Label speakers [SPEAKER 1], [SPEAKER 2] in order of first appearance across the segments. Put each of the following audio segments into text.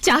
[SPEAKER 1] 家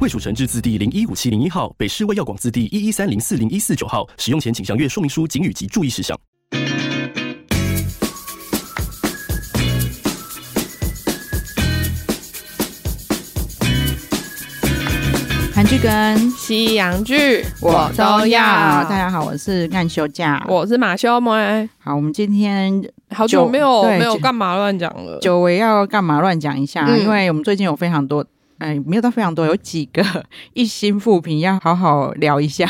[SPEAKER 2] 卫蜀成字字第零一五七零一号，北市卫药广字第一一三零四零一四九号。使用前请详阅说明书、警语及注意事项。
[SPEAKER 3] 韩剧跟
[SPEAKER 4] 西洋剧
[SPEAKER 3] 大家好，我是干休假。
[SPEAKER 4] 我是马修妹，
[SPEAKER 3] 好，我们今天
[SPEAKER 4] 好久没有
[SPEAKER 3] 对
[SPEAKER 4] 没有
[SPEAKER 3] 久
[SPEAKER 4] 干嘛乱讲了。
[SPEAKER 3] 久违要干嘛乱讲一下、
[SPEAKER 4] 嗯
[SPEAKER 3] 因为我们最近有非常多，哎、没有到非常多，有几个一心复评要好好聊一下。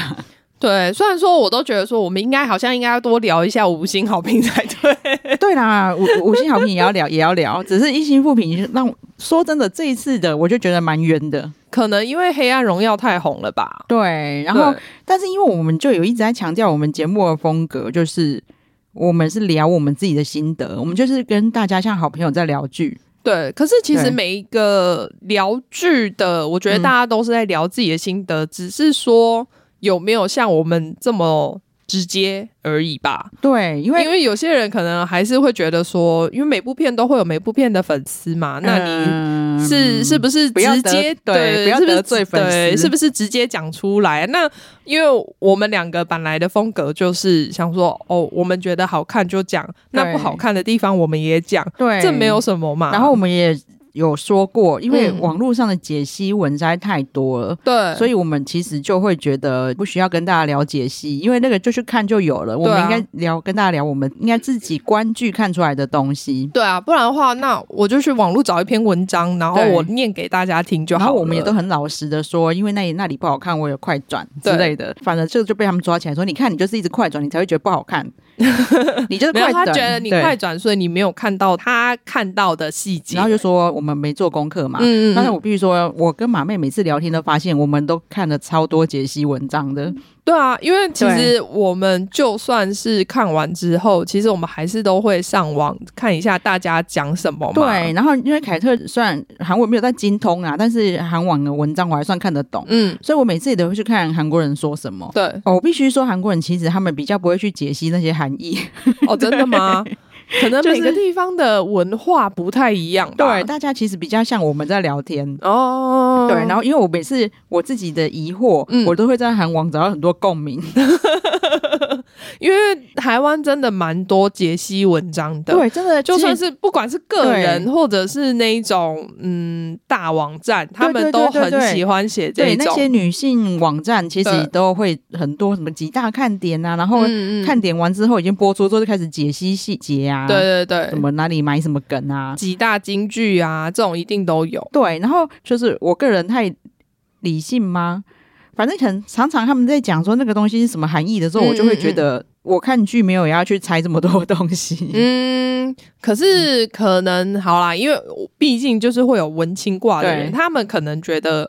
[SPEAKER 4] 对，虽然说我都觉得说我们应该好像应该要多聊一下五星好评才对。
[SPEAKER 3] 对啦，五五星好评也要聊，也要聊，只是一心复评让我说真的，这一次的我就觉得蛮冤的。
[SPEAKER 4] 可能因为《黑暗荣耀》太红了吧。
[SPEAKER 3] 对，然后
[SPEAKER 4] 对
[SPEAKER 3] 但是因为我们就有一直在强调我们节目的风格，就是我们是聊我们自己的心得，我们就是跟大家像好朋友在聊剧。
[SPEAKER 4] 对，可是其实
[SPEAKER 3] 对
[SPEAKER 4] 每一个聊剧的，我觉得
[SPEAKER 3] 嗯
[SPEAKER 4] 大家都是在聊自己的心得，只是说有没有像我们这么直接而已吧。
[SPEAKER 3] 对，因为
[SPEAKER 4] 因为有些人可能还是会觉得说，因为每部片都会有每部片的粉丝嘛，那你
[SPEAKER 3] 你
[SPEAKER 4] 是是不是
[SPEAKER 3] 嗯不要
[SPEAKER 4] 直
[SPEAKER 3] 得
[SPEAKER 4] 接
[SPEAKER 3] 对不要
[SPEAKER 4] 是不是
[SPEAKER 3] 得罪粉丝
[SPEAKER 4] 对是不是直接讲出来？那因为我们两个本来的风格就是想说，哦，我们觉得好看就讲，那不好看的地方我们也讲，
[SPEAKER 3] 对
[SPEAKER 4] 这没有什么嘛。
[SPEAKER 3] 然后我们也有说过，因为
[SPEAKER 4] 嗯
[SPEAKER 3] 网络上的解析文摘太多了。
[SPEAKER 4] 对，
[SPEAKER 3] 所
[SPEAKER 4] 以
[SPEAKER 3] 以我们其实就会觉得不需要跟大家聊解析，因为那个就去看就有了。我
[SPEAKER 4] 对
[SPEAKER 3] 们
[SPEAKER 4] 啊
[SPEAKER 3] 应该聊跟大家聊我们应该自己观剧看出来的东西，
[SPEAKER 4] 对啊，不然的话，那我就去网络找一篇文章，然后
[SPEAKER 3] 对
[SPEAKER 4] 我念给大家听就好
[SPEAKER 3] 然
[SPEAKER 4] 了。
[SPEAKER 3] 后我们也都很老实的说，因为那里那里不好看，我有快转之
[SPEAKER 4] 对
[SPEAKER 3] 类的。反正这个就被他们抓起来说，你看你就是一直快转，你才会觉得不好 看，你就是
[SPEAKER 4] 没有
[SPEAKER 3] 快
[SPEAKER 4] 他
[SPEAKER 3] 转，
[SPEAKER 4] 觉得你
[SPEAKER 3] 对
[SPEAKER 4] 快转，所以你没有看到他看到的细节。
[SPEAKER 3] 然后就说我们没做功课嘛。
[SPEAKER 4] 嗯嗯嗯
[SPEAKER 3] 但是我必须说，我跟马妹每次聊天都发现，我们都看了超多解析文章的。
[SPEAKER 4] 对啊，因为其实我们就算是看完之后，其实我们还是都会上网看一下大家讲什么嘛。
[SPEAKER 3] 对，，然后因为凯特虽然韩文没有在精通啊，但是韩网的文章我还算看得懂，
[SPEAKER 4] 嗯，
[SPEAKER 3] 所以我每次也都会去看韩国人说什么。，
[SPEAKER 4] 对
[SPEAKER 3] 哦，我必须说，韩国人其实他们比较不会去解析那些含 义。
[SPEAKER 4] 哦，真的吗？可能
[SPEAKER 3] 就是
[SPEAKER 4] 每个地方的文化不太一样吧。
[SPEAKER 3] 对，大家其实比较像我们在聊天。
[SPEAKER 4] 哦，
[SPEAKER 3] 对，然后因为我每次我自己的疑惑，
[SPEAKER 4] 嗯
[SPEAKER 3] 我都会在韩网找到很多共鸣。
[SPEAKER 4] 因为台湾真的蛮多解析文章的。。
[SPEAKER 3] 对，真的
[SPEAKER 4] 就算
[SPEAKER 3] 是
[SPEAKER 4] 是不管是个人
[SPEAKER 3] 对
[SPEAKER 4] 或者是那一种嗯大网站，他们
[SPEAKER 3] 对对
[SPEAKER 4] 都
[SPEAKER 3] 对对
[SPEAKER 4] 很
[SPEAKER 3] 对
[SPEAKER 4] 喜欢写这
[SPEAKER 3] 对
[SPEAKER 4] 一
[SPEAKER 3] 那
[SPEAKER 4] 种。
[SPEAKER 3] 些女性网站，其
[SPEAKER 4] 对
[SPEAKER 3] 实都会很多什么几大看点啊，然后
[SPEAKER 4] 嗯嗯
[SPEAKER 3] 看点完之后已经播出之后就开始解析细节啊，
[SPEAKER 4] 对对对，
[SPEAKER 3] 什么哪里买什么梗啊，
[SPEAKER 4] 几大金句啊，这种一定都有。
[SPEAKER 3] 对，然后就是我个人太理性吗？反正可能常常他们在讲说那个东西是什么含义的时候，
[SPEAKER 4] 嗯
[SPEAKER 3] 我就会
[SPEAKER 4] 嗯
[SPEAKER 3] 觉得我看剧没有要去猜这么多东西。
[SPEAKER 4] 嗯，可是可能好啦，因为我毕竟就是会有文青挂的人，
[SPEAKER 3] 对
[SPEAKER 4] 他们可能觉得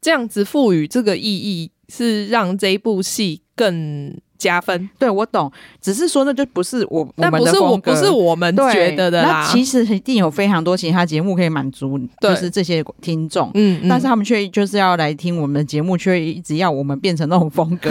[SPEAKER 4] 这样子赋予这个意义是让这一部戏更加分，
[SPEAKER 3] 对，我懂，只是说那就不是我我
[SPEAKER 4] 但
[SPEAKER 3] 们
[SPEAKER 4] 不
[SPEAKER 3] 的
[SPEAKER 4] 是我
[SPEAKER 3] 风格，
[SPEAKER 4] 不是我们
[SPEAKER 3] 对
[SPEAKER 4] 觉得的啦
[SPEAKER 3] 那。其实一定有非常多其他节目可以满足，
[SPEAKER 4] 对
[SPEAKER 3] 就是这些听众。
[SPEAKER 4] 嗯，嗯
[SPEAKER 3] 但是他们却就是要来听我们的节目，却一直要我们变成那种风 格。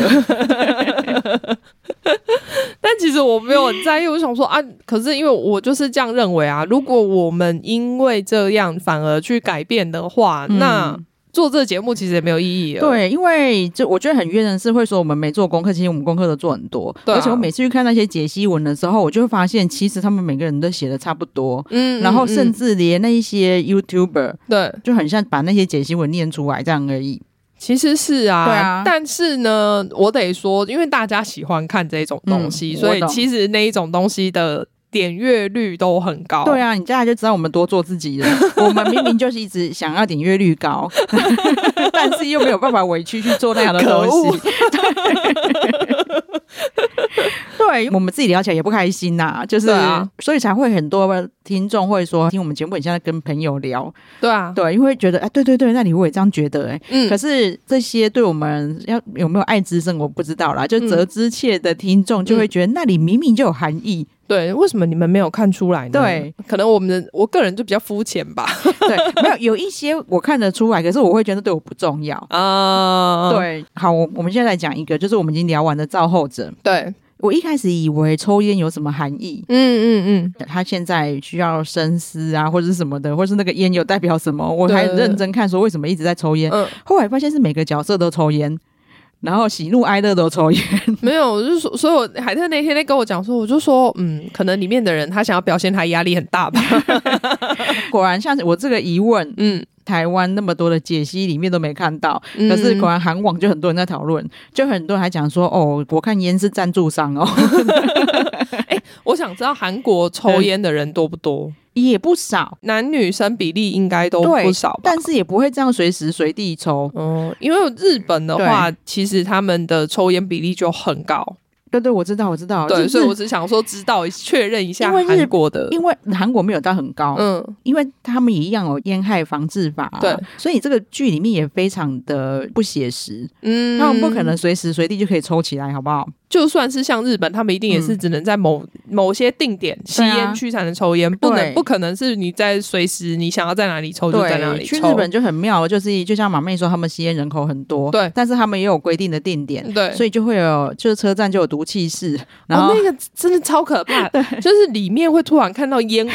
[SPEAKER 4] 但其实我没有很在意，我想说啊，可是因为我就是这样认为啊，如果我们因为这样反而去改变的话，
[SPEAKER 3] 嗯
[SPEAKER 4] 那做这个节目其实也没有意义了。
[SPEAKER 3] 对，因为就我觉得很冤人是会说我们没做功课，其实我们功课都做很多。
[SPEAKER 4] 对啊
[SPEAKER 3] 而且我每次去看那些解析文的时候，我就会发现，其实他们每个人都写的差不多，
[SPEAKER 4] 嗯，嗯，
[SPEAKER 3] 然后
[SPEAKER 4] 嗯
[SPEAKER 3] 甚至连那一些 YouTuber
[SPEAKER 4] 对，
[SPEAKER 3] 就很像把那些解析文念出来这样而已。
[SPEAKER 4] 其实是啊，
[SPEAKER 3] 对啊
[SPEAKER 4] 但是呢，我得说，因为大家喜欢看这种东西，
[SPEAKER 3] 嗯
[SPEAKER 4] 所以
[SPEAKER 3] 我懂
[SPEAKER 4] 其实那一种东西的点阅率都很高。
[SPEAKER 3] 对，啊，你这样就知道我们多做自己了。我们明明就是一直想要点阅率高， 但是又没 有办法委屈去做那样的东
[SPEAKER 4] 可 恶
[SPEAKER 3] 西。对
[SPEAKER 4] 对，
[SPEAKER 3] 我们自己聊起来也不开心呐、就是、
[SPEAKER 4] 对啊
[SPEAKER 3] 所以才会很多听众会说，听我们节目很像在跟朋友聊，
[SPEAKER 4] 对啊，
[SPEAKER 3] 对，因为会觉得哎，对对对，那你我也这样觉得哎、
[SPEAKER 4] 嗯，
[SPEAKER 3] 可是这些对我们要有没有爱之深，我不知道啦。就
[SPEAKER 4] 嗯
[SPEAKER 3] 折枝切的听众就会觉得，那里明明就有含义，
[SPEAKER 4] 对，为什么你们没有看出来呢？
[SPEAKER 3] 对，
[SPEAKER 4] 可能我们的我个人就比较肤浅吧。
[SPEAKER 3] 对，没有有一些我看得出来，可是我会觉得 对我不重要。
[SPEAKER 4] 啊、
[SPEAKER 3] 对，好，我我们现在来讲一个，就是我们已经聊完的造后者。
[SPEAKER 4] 对，
[SPEAKER 3] 我一开始以为抽烟有什么含义，
[SPEAKER 4] 嗯嗯嗯，
[SPEAKER 3] 他现在需要深思啊，或者是什么的，或是那个烟有代表什么，我
[SPEAKER 4] 对
[SPEAKER 3] 还很认真看说为什么一直在抽烟。
[SPEAKER 4] 嗯
[SPEAKER 3] 后来发现是每个角色都抽烟，然后喜怒哀乐都抽烟。
[SPEAKER 4] 没有，我就是说，所以我海特那天在跟我讲说，我就说，嗯，可能里面的人他想要表现他压力很大 吧。
[SPEAKER 3] 果然，像我这个疑问，
[SPEAKER 4] 嗯，
[SPEAKER 3] 台湾那么多的解析里面都没看到，
[SPEAKER 4] 嗯
[SPEAKER 3] 可是果然韩网就很多人在讨论，就很多人还讲说，哦，我看烟是赞助商哦，
[SPEAKER 4] 我想知道韩国抽烟的人多不多，
[SPEAKER 3] 也不少，
[SPEAKER 4] 男女生比例应该都
[SPEAKER 3] 对
[SPEAKER 4] 不少吧。
[SPEAKER 3] 但是也不会这样随时随地抽。
[SPEAKER 4] 嗯，因为日本的话，其实他们的抽烟比例就很高，
[SPEAKER 3] 对对，我知道，我知道，
[SPEAKER 4] 对，
[SPEAKER 3] 哦就是
[SPEAKER 4] 所以我只想说知道确认一下
[SPEAKER 3] 因为日
[SPEAKER 4] 韩国的，
[SPEAKER 3] 因为韩国没有到很高，
[SPEAKER 4] 嗯，
[SPEAKER 3] 因为他们也一样有烟害防治法、
[SPEAKER 4] 对，
[SPEAKER 3] 所以这个剧里面也非常的不写实，
[SPEAKER 4] 嗯，
[SPEAKER 3] 他们不可能随时随地就可以抽起来，好不好？
[SPEAKER 4] 就算是像日本，他们一定也是只能在某、某些定点吸
[SPEAKER 3] 对啊
[SPEAKER 4] 烟区才能抽烟，不
[SPEAKER 3] 对
[SPEAKER 4] 能不可能是你在随时你想要在哪里抽就在哪里
[SPEAKER 3] 对，
[SPEAKER 4] 抽。
[SPEAKER 3] 去日本就很妙，就是就像马妹说，他们吸烟人口很多，
[SPEAKER 4] 对
[SPEAKER 3] 但是他们也有规定的定点，
[SPEAKER 4] 对，
[SPEAKER 3] 所以就会有就是车站就有毒气室，然后、
[SPEAKER 4] 哦、那个真的超可 怕，就是里面会突然看到烟雾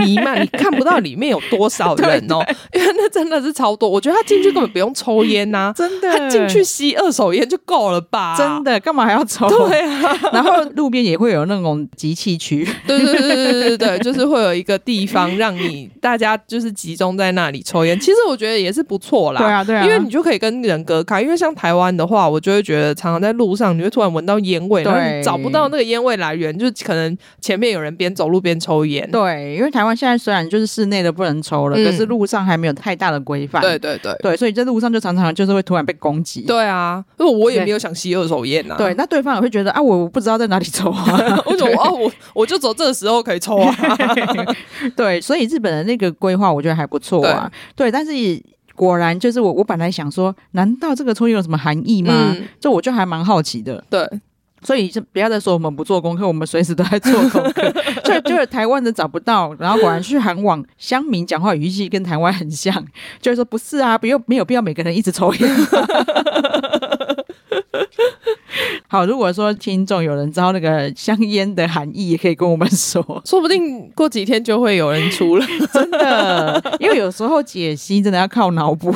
[SPEAKER 4] 弥 漫，你看不到里面有多少人哦，因为那真的是超多。我觉得他进去根本不用抽烟啊呐、
[SPEAKER 3] 真 的
[SPEAKER 4] 他进去吸二手烟就够了吧？
[SPEAKER 3] 真
[SPEAKER 4] 的。
[SPEAKER 3] 的干嘛还要抽？
[SPEAKER 4] 啊对啊，
[SPEAKER 3] 然后路边也会有那种集气区，
[SPEAKER 4] 对对对对对对对， 就是会有一个地方让你大家就是集中在那里抽烟，其实我觉得也是不错啦。
[SPEAKER 3] 对啊对啊
[SPEAKER 4] 因为你就可以跟人隔开，因为像台湾的话，我就会觉得常常在路上你会突然闻到烟味，
[SPEAKER 3] 对
[SPEAKER 4] 然后你找不到那个烟味来源，就是可能前面有人边走路边抽烟。
[SPEAKER 3] 对，因为台湾现在虽然就是室内的不能抽了，
[SPEAKER 4] 嗯
[SPEAKER 3] 可是路上还没有太大的规范，
[SPEAKER 4] 对对对
[SPEAKER 3] 对，所以在路上就常常就是会突然被攻击，
[SPEAKER 4] 对啊，因为我也没有想吸二手烟啊。
[SPEAKER 3] 对，那对方也会觉得啊，我不知道在哪里抽啊。
[SPEAKER 4] 为什么哦？我我就走这个时候可以抽啊。
[SPEAKER 3] 对，所以日本的那个规划我觉得还不错啊。对，但是果然就是我，我本来想说，难道这个抽烟有什么含义吗？
[SPEAKER 4] 嗯
[SPEAKER 3] 就我就还蛮好奇的。
[SPEAKER 4] 对，。
[SPEAKER 3] 所以就不要再说我们不做功课，我们随时都在做功课。就就是台湾的找不到，然后果然去韩网乡民讲话语气跟台湾很像，就是说不是啊，不用没有必要每个人一直抽烟。好，如果说听众有人知道那个香烟的含义，也可以跟我们说
[SPEAKER 4] 说不定过几天就会有人出了。
[SPEAKER 3] 真的，因为有时候解析真的要靠脑补。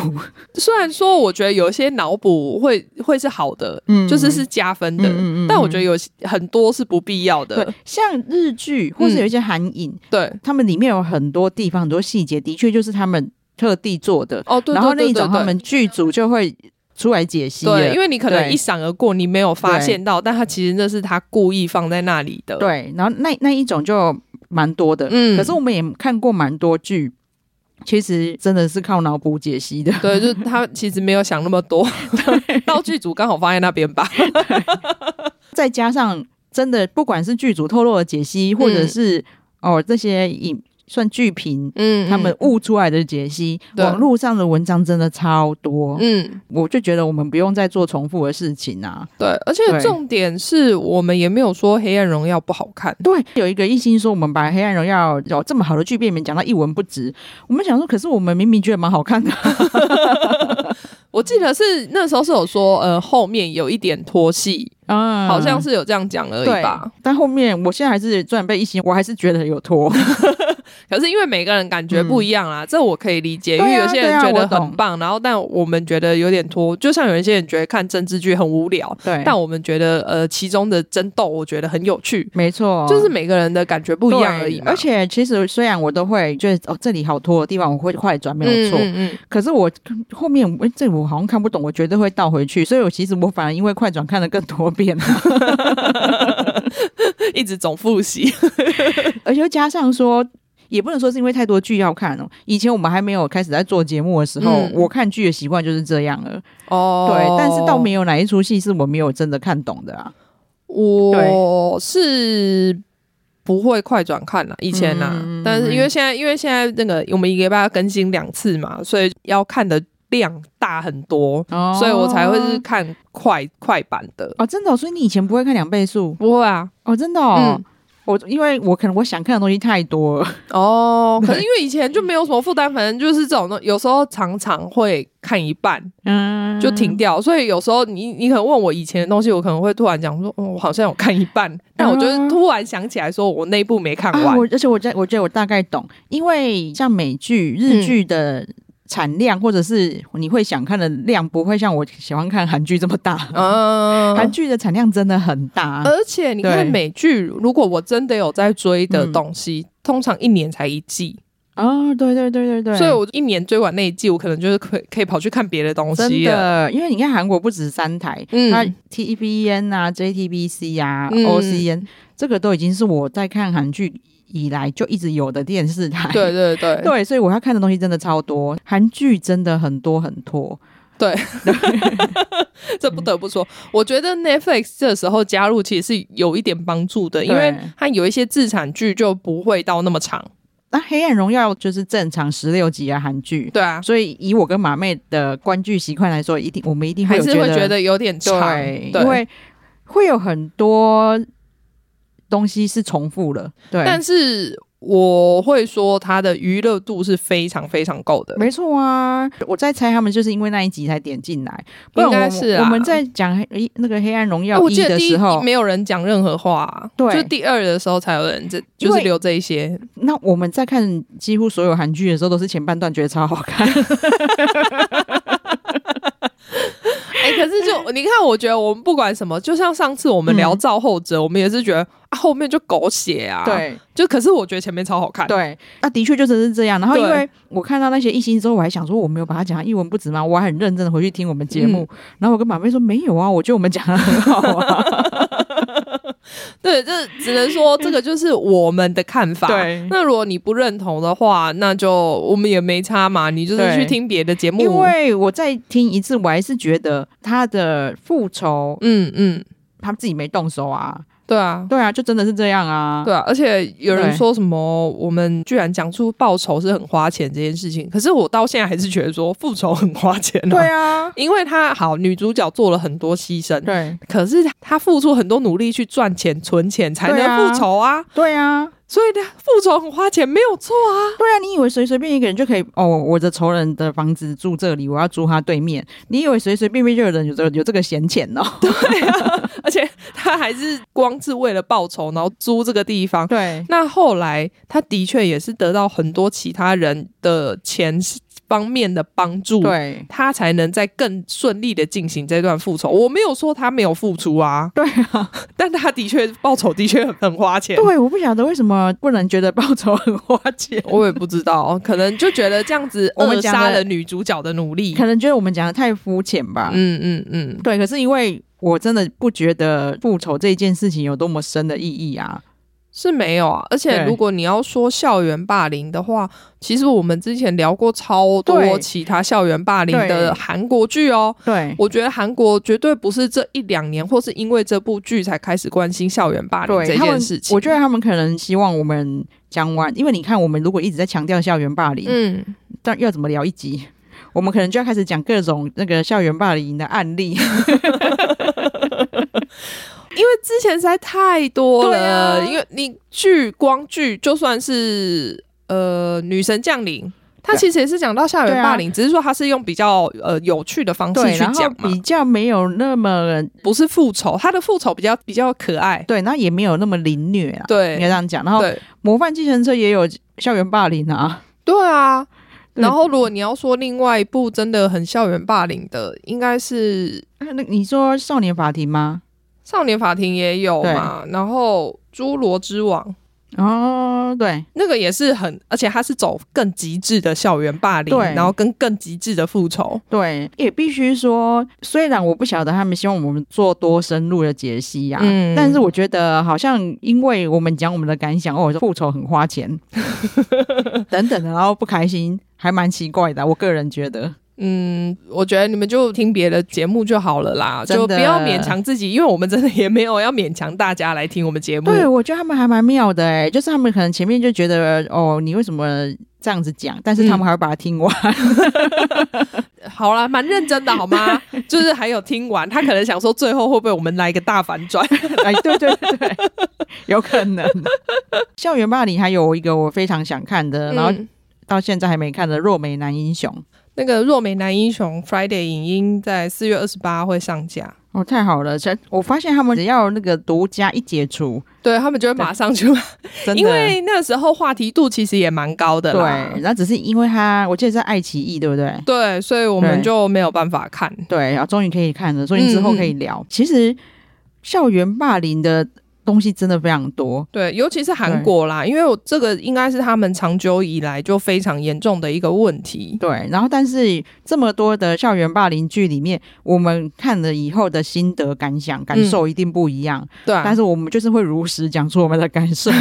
[SPEAKER 4] 虽然说我觉得有一些脑补会会是好的，
[SPEAKER 3] 嗯
[SPEAKER 4] 就是是加分的，
[SPEAKER 3] 嗯嗯嗯
[SPEAKER 4] 但我觉得有些很多是不必要的
[SPEAKER 3] 对。，像日剧或是有一些韩影，
[SPEAKER 4] 对，
[SPEAKER 3] 他们里面有很多地方很多细节，的确就是他们特地做的。
[SPEAKER 4] 哦，对，
[SPEAKER 3] 然后那
[SPEAKER 4] 对
[SPEAKER 3] 一
[SPEAKER 4] 对
[SPEAKER 3] 种
[SPEAKER 4] 对
[SPEAKER 3] 他们剧组就会出来解析了，
[SPEAKER 4] 对，因为你可能
[SPEAKER 3] 对
[SPEAKER 4] 一闪而过，你没有发现到，但他其实那是他故意放在那里的。，
[SPEAKER 3] 对，然后那那一种就蛮多的，
[SPEAKER 4] 嗯
[SPEAKER 3] 可是我们也看过蛮多剧。其实真的是靠脑补解析的，
[SPEAKER 4] 对，就是他其实没有想那么多。 道具组刚好放在那边吧。
[SPEAKER 3] 再加上真的不管是剧组透露的解析，或者是、哦这些影算剧评，
[SPEAKER 4] 嗯
[SPEAKER 3] 他们悟出来的解析，
[SPEAKER 4] 对
[SPEAKER 3] 网络上的文章真的超多，
[SPEAKER 4] 嗯，
[SPEAKER 3] 我就觉得我们不用再做重复的事情啊。
[SPEAKER 4] 对，而且
[SPEAKER 3] 对
[SPEAKER 4] 重点是我们也没有说《黑暗荣耀》不好看。
[SPEAKER 3] 对，有一个一心说我们把《黑暗荣耀》有这么好的剧变名讲到一文不值，我们想说，可是我们明明觉得蛮好看的，
[SPEAKER 4] 我记得是那时候是有说，呃，后面有一点拖戏，
[SPEAKER 3] 嗯，
[SPEAKER 4] 好像是有这样讲而
[SPEAKER 3] 对
[SPEAKER 4] 已吧。？
[SPEAKER 3] 但后面我现在还是虽然被一心，我还是觉得有 拖，
[SPEAKER 4] 可是因为每个人感觉不一样啦，这我可以理解，因
[SPEAKER 3] 嗯对啊
[SPEAKER 4] 为有些人觉
[SPEAKER 3] 对啊我
[SPEAKER 4] 得
[SPEAKER 3] 懂
[SPEAKER 4] 很棒，然后但我们觉得有点拖，就像有一些人觉得看政治剧很无聊，
[SPEAKER 3] 对，
[SPEAKER 4] 但我们觉得呃其中的争斗我觉得很有趣，
[SPEAKER 3] 没错，
[SPEAKER 4] 就是每个人的感觉不一样而已
[SPEAKER 3] 哦对
[SPEAKER 4] 嘛。
[SPEAKER 3] 而且其实虽然我都会觉得哦这里好拖的地方，我会快转，没有错。
[SPEAKER 4] 嗯嗯
[SPEAKER 3] 可是我后面我这我好像看不懂，我绝对会倒回去，所以我其实我反而因为快转看了更多遍，
[SPEAKER 4] 嗯 一直总复习。
[SPEAKER 3] 而且又加上说。也不能说是因为太多剧要看哦。以前我们还没有开始在做节目的时候，
[SPEAKER 4] 嗯
[SPEAKER 3] 我看剧的习惯就是这样了。
[SPEAKER 4] 哦
[SPEAKER 3] 对，但是倒没有哪一出戏是我没有真的看懂的啊。
[SPEAKER 4] 我是不会快转看了，以前啊，
[SPEAKER 3] 嗯
[SPEAKER 4] 但是因为现在，因为现在那个我们一个礼拜要更新两次嘛，所以要看的量大很多，
[SPEAKER 3] 哦
[SPEAKER 4] 所以我才会是看快快版的。
[SPEAKER 3] 哦，真的哦、所以你以前不会看两倍速
[SPEAKER 4] 不会啊，
[SPEAKER 3] 哦，真的哦。
[SPEAKER 4] 嗯
[SPEAKER 3] 我因为我可能我想看的东西太多 了，
[SPEAKER 4] 哦，可是因为以前就没有什么负担，反正就是这种东，有时候常常会看一半
[SPEAKER 3] 嗯，
[SPEAKER 4] 就停掉，所以有时候你你可能问我以前的东西，我可能会突然讲说，哦，我好像有看一半，但我就是突然想起来，说我那一部没看
[SPEAKER 3] 嗯啊。
[SPEAKER 4] 完
[SPEAKER 3] 我。而且我在我觉得我大概懂，因为像美剧、日剧的产量，或者是你会想看的量，不会像我喜欢看韩剧这么大。
[SPEAKER 4] 嗯呃
[SPEAKER 3] 韩剧的产量真的很大，
[SPEAKER 4] 而且你看
[SPEAKER 3] 嗯对嗯
[SPEAKER 4] 美剧，如果我真的有在追的东西，通常一年才一季，
[SPEAKER 3] 哦，对对对对对，
[SPEAKER 4] 所以我一年追完那一季，我可能就是可以可以跑去看别的东
[SPEAKER 3] 真
[SPEAKER 4] 西了。
[SPEAKER 3] 的，因为你看韩国不止三台，
[SPEAKER 4] 嗯
[SPEAKER 3] 那 TVN 啊、JTBC 啊、
[SPEAKER 4] 嗯
[SPEAKER 3] OCN，这个都已经是我在看韩剧以来就一直有的电视台。
[SPEAKER 4] 对对对
[SPEAKER 3] 对，所以我要看的东西真的超多，韩剧真的很多很多。
[SPEAKER 4] 这不得不说，我觉得 Netflix 这时候加入其实是有一点帮助的，因为它有一些自产剧就不会到那么长。
[SPEAKER 3] 那《黑暗荣耀》就是正常十六集啊，韩剧。
[SPEAKER 4] 对啊，
[SPEAKER 3] 所以以我跟马妹的观剧习惯来说，一定我们一定会
[SPEAKER 4] 还
[SPEAKER 3] 有
[SPEAKER 4] 是会觉得有点长，
[SPEAKER 3] 对，因为会有很多东西是重复了。对，
[SPEAKER 4] 但是我会说它的娱乐度是非常非常够的。
[SPEAKER 3] 没错啊，我在猜他们就是因为那一集才点进来，不然我
[SPEAKER 4] 应该是啊
[SPEAKER 3] 我们在讲黑那个《黑暗荣耀
[SPEAKER 4] 我》
[SPEAKER 3] 一
[SPEAKER 4] 记得
[SPEAKER 3] 的
[SPEAKER 4] 第一
[SPEAKER 3] 时候，
[SPEAKER 4] 没有人讲任何话啊、
[SPEAKER 3] 对
[SPEAKER 4] 就第二的时候才有人这
[SPEAKER 3] 因为
[SPEAKER 4] 就是留这一些，
[SPEAKER 3] 那我们在看几乎所有韩剧的时候，都是前半段觉得超好看，
[SPEAKER 4] 哎、可是 就你看，我觉得我们不管什么，就像上次我们聊
[SPEAKER 3] 嗯
[SPEAKER 4] 造后者，我们也是觉得啊后面就狗血啊，，
[SPEAKER 3] 对
[SPEAKER 4] 就可是我觉得前面超好看，
[SPEAKER 3] 对，那的确就真是这样。然后因
[SPEAKER 4] 对
[SPEAKER 3] 为我看到那些一星之后，我还想说我没有把它讲得一文不值吗？我还很认真的回去听我们节目，
[SPEAKER 4] 嗯
[SPEAKER 3] 然后我跟马妹说没有啊，我觉得我们讲的很好啊，
[SPEAKER 4] 对，这只能说这个就是我们的看法。
[SPEAKER 3] 对
[SPEAKER 4] 那如果你不认同的话，那就我们也没差嘛，你就是
[SPEAKER 3] 对
[SPEAKER 4] 去听别的节目。
[SPEAKER 3] 因为我再听一次，我还是觉得他的复仇
[SPEAKER 4] 嗯嗯，
[SPEAKER 3] 他自己没动手啊，
[SPEAKER 4] 对啊。
[SPEAKER 3] 对啊，就真的是这样啊，
[SPEAKER 4] 对啊，而且有人
[SPEAKER 3] 对
[SPEAKER 4] 说什么，我们居然讲出报仇是很花钱这件事情，可是我到现在还是觉得说复仇很花钱、
[SPEAKER 3] 对，啊，
[SPEAKER 4] 因为他好，女主角做了很多牺牲，
[SPEAKER 3] 对
[SPEAKER 4] 可是她付出很多努力去赚钱、存钱，才
[SPEAKER 3] 对
[SPEAKER 4] 能
[SPEAKER 3] 啊
[SPEAKER 4] 复仇啊。
[SPEAKER 3] 对啊，
[SPEAKER 4] 所以呢，复仇很花钱，没有错啊。
[SPEAKER 3] 对啊，你以为随随便一个人就可以哦？我的仇人的房子住这里，我要租他对面。你以为随随便便就有人有这有这个闲钱哦？
[SPEAKER 4] 而且他还是光是为了报仇，然后租这个地方。
[SPEAKER 3] 对
[SPEAKER 4] 那后来他的确也是得到很多其他人的钱方面的帮 助，，
[SPEAKER 3] 对
[SPEAKER 4] 他才能再更顺利的进行这段复仇。我没有说他没有付出啊，
[SPEAKER 3] 对啊！
[SPEAKER 4] 但他的确报仇的确很很花钱。
[SPEAKER 3] 对，我不晓得为什么不能觉得报仇很花钱，
[SPEAKER 4] 我也不知道，可能就觉得这样子
[SPEAKER 3] 我们
[SPEAKER 4] 扼
[SPEAKER 3] 讲
[SPEAKER 4] 杀
[SPEAKER 3] 的
[SPEAKER 4] 了女主角的努力
[SPEAKER 3] 可。能觉得我们讲的太肤浅吧。
[SPEAKER 4] 嗯嗯嗯，
[SPEAKER 3] 对，可是因为我真的不觉得复仇这件事情有多么深的意义啊。
[SPEAKER 4] 是没有啊。而且
[SPEAKER 3] 对
[SPEAKER 4] 如果你要说校园霸凌的话，其实我们之前聊过超多
[SPEAKER 3] 对
[SPEAKER 4] 其他校园霸凌
[SPEAKER 3] 对
[SPEAKER 4] 的韩国剧哦。
[SPEAKER 3] 对
[SPEAKER 4] 我觉得韩国绝对不是这一两年，或是因为这部剧才开始关心校园霸凌
[SPEAKER 3] 对
[SPEAKER 4] 这
[SPEAKER 3] 他们
[SPEAKER 4] 件事，情。
[SPEAKER 3] 我觉得他们可能希望我们讲完，因为你看，我们如果一直在强调校园霸凌，
[SPEAKER 4] 嗯，
[SPEAKER 3] 但要怎么聊一集？我们可能就要开始讲各种那个校园霸凌的案例。
[SPEAKER 4] 因为之前实在太多
[SPEAKER 3] 对
[SPEAKER 4] 了，
[SPEAKER 3] 啊
[SPEAKER 4] 因为你剧光剧就算是呃《女神降临》。它其实也是讲到校园霸凌，只是说它是用比较呃有趣的方式
[SPEAKER 3] 啊对，
[SPEAKER 4] 去
[SPEAKER 3] 然后
[SPEAKER 4] 讲嘛
[SPEAKER 3] 比，较没有那么
[SPEAKER 4] 不是复仇，它的复仇比较比较可爱，
[SPEAKER 3] 对，然后也没有那么凌虐啊。
[SPEAKER 4] 对
[SPEAKER 3] 应该这样讲。然后《
[SPEAKER 4] 对
[SPEAKER 3] 模范计程车》也有校园霸凌啊。
[SPEAKER 4] 对啊。
[SPEAKER 3] 对
[SPEAKER 4] 然后如果你要说另外一部真的很校园霸凌的，应该是
[SPEAKER 3] 那那你说少年法庭吗？
[SPEAKER 4] 《少年法庭》也有嘛，然后《侏罗之王》
[SPEAKER 3] 哦，对
[SPEAKER 4] 那个也是很，而且它是走更极致的校园霸凌，
[SPEAKER 3] 对
[SPEAKER 4] 然后跟更极致的复仇。
[SPEAKER 3] 对，也必须说，虽然我不晓得他们希望我们做多深入的解析呀、
[SPEAKER 4] 嗯
[SPEAKER 3] 但是我觉得好像因为我们讲我们的感想，哦，复仇很花 钱等等的，然后不开心，还蛮奇怪的啊、我个人觉得。
[SPEAKER 4] 嗯，我觉得你们就听别的节目就好了啦，
[SPEAKER 3] 真
[SPEAKER 4] 就
[SPEAKER 3] 的
[SPEAKER 4] 不要勉强自己，因为我们真的也没有要勉强大家来听我们节目。
[SPEAKER 3] 对，我觉得他们还蛮妙的哎、就是他们可能前面就觉得哦，你为什么这样子讲？但是他
[SPEAKER 4] 嗯
[SPEAKER 3] 们还会把它听完。
[SPEAKER 4] 好啦，蛮认真的好 吗？就是还有听完，他可能想说最后会不会我们来一个大反转？
[SPEAKER 3] 哎，对对对对，有可能。 校园霸凌还有一个我非常想看的，然后
[SPEAKER 4] 嗯
[SPEAKER 3] 到现在还没看的《若美男英雄》。
[SPEAKER 4] 那个若美男英雄 Friday 影音在四月二十八会上架，
[SPEAKER 3] 哦，太好了！这我发现他们只要那个独家一解除，
[SPEAKER 4] 对他们就会马上就，
[SPEAKER 3] 真的，
[SPEAKER 4] 因为啊那时候话题度其实也蛮高的啦
[SPEAKER 3] 对，。那只是因为他，我记得在爱奇艺，对不对？
[SPEAKER 4] 对，所以我们
[SPEAKER 3] 对
[SPEAKER 4] 就没有办法看。
[SPEAKER 3] 对，然后终于可以看了，所以之后
[SPEAKER 4] 嗯
[SPEAKER 3] 可以聊。其实校园霸凌的东西真的非常多，
[SPEAKER 4] 对，尤其是韩国啦，因为我这个应该是他们长久以来就非常严重的一个问题。
[SPEAKER 3] 对。然后，但是这么多的校园霸凌剧里面，我们看了以后的心得感想、感受一定不一样。
[SPEAKER 4] 嗯对啊、
[SPEAKER 3] 但是我们就是会如实讲出我们的感 受。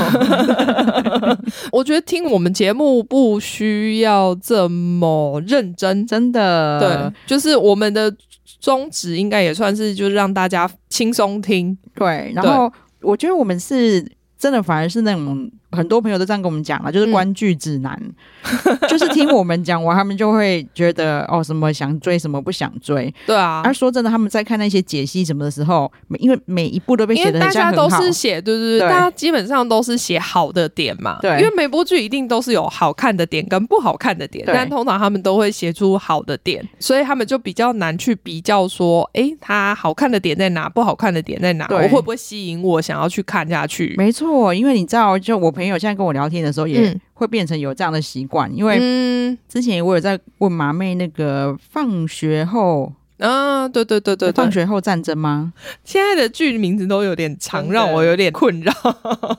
[SPEAKER 4] 我觉得听我们节目不需要这么认真。
[SPEAKER 3] 真
[SPEAKER 4] 对
[SPEAKER 3] 的，，
[SPEAKER 4] 就是我们的宗旨应该也算是就是让大家轻松听。
[SPEAKER 3] 对，然后我觉得我们是真的，反而是那种很多朋友都这样跟我们讲了，
[SPEAKER 4] 嗯
[SPEAKER 3] 就是观剧指南， 就是听我们讲完，他们就会觉得哦，什么想追，什么不想追。
[SPEAKER 4] 对啊
[SPEAKER 3] 而，说真的，他们在看那些解析什么的时候，每因为每一部都被
[SPEAKER 4] 因
[SPEAKER 3] 写
[SPEAKER 4] 为
[SPEAKER 3] 的
[SPEAKER 4] 大
[SPEAKER 3] 很像
[SPEAKER 4] 家都
[SPEAKER 3] 很好。
[SPEAKER 4] 是写，对对对，
[SPEAKER 3] 对
[SPEAKER 4] 大家基本上都是写好的点嘛。
[SPEAKER 3] 对
[SPEAKER 4] 因为每部剧一定都是有好看的点跟不好看的点，
[SPEAKER 3] 对
[SPEAKER 4] 但通常他们都会写出好的点，所以他们就比较难去比较说，诶，它好看的点在哪，不好看的点在哪，
[SPEAKER 3] 对
[SPEAKER 4] 我会不会吸引我想要去看下去？
[SPEAKER 3] 没错，因为你知道，就我朋友现在跟我聊天的时候，也
[SPEAKER 4] 嗯
[SPEAKER 3] 会变成有这样的习惯。因为
[SPEAKER 4] 嗯
[SPEAKER 3] 之前我有在问马妹，那个放学后，
[SPEAKER 4] 啊，对对对对对
[SPEAKER 3] 放，学后战争吗？
[SPEAKER 4] 现在的剧名字都有点长，
[SPEAKER 3] 真的
[SPEAKER 4] 让我有点困扰。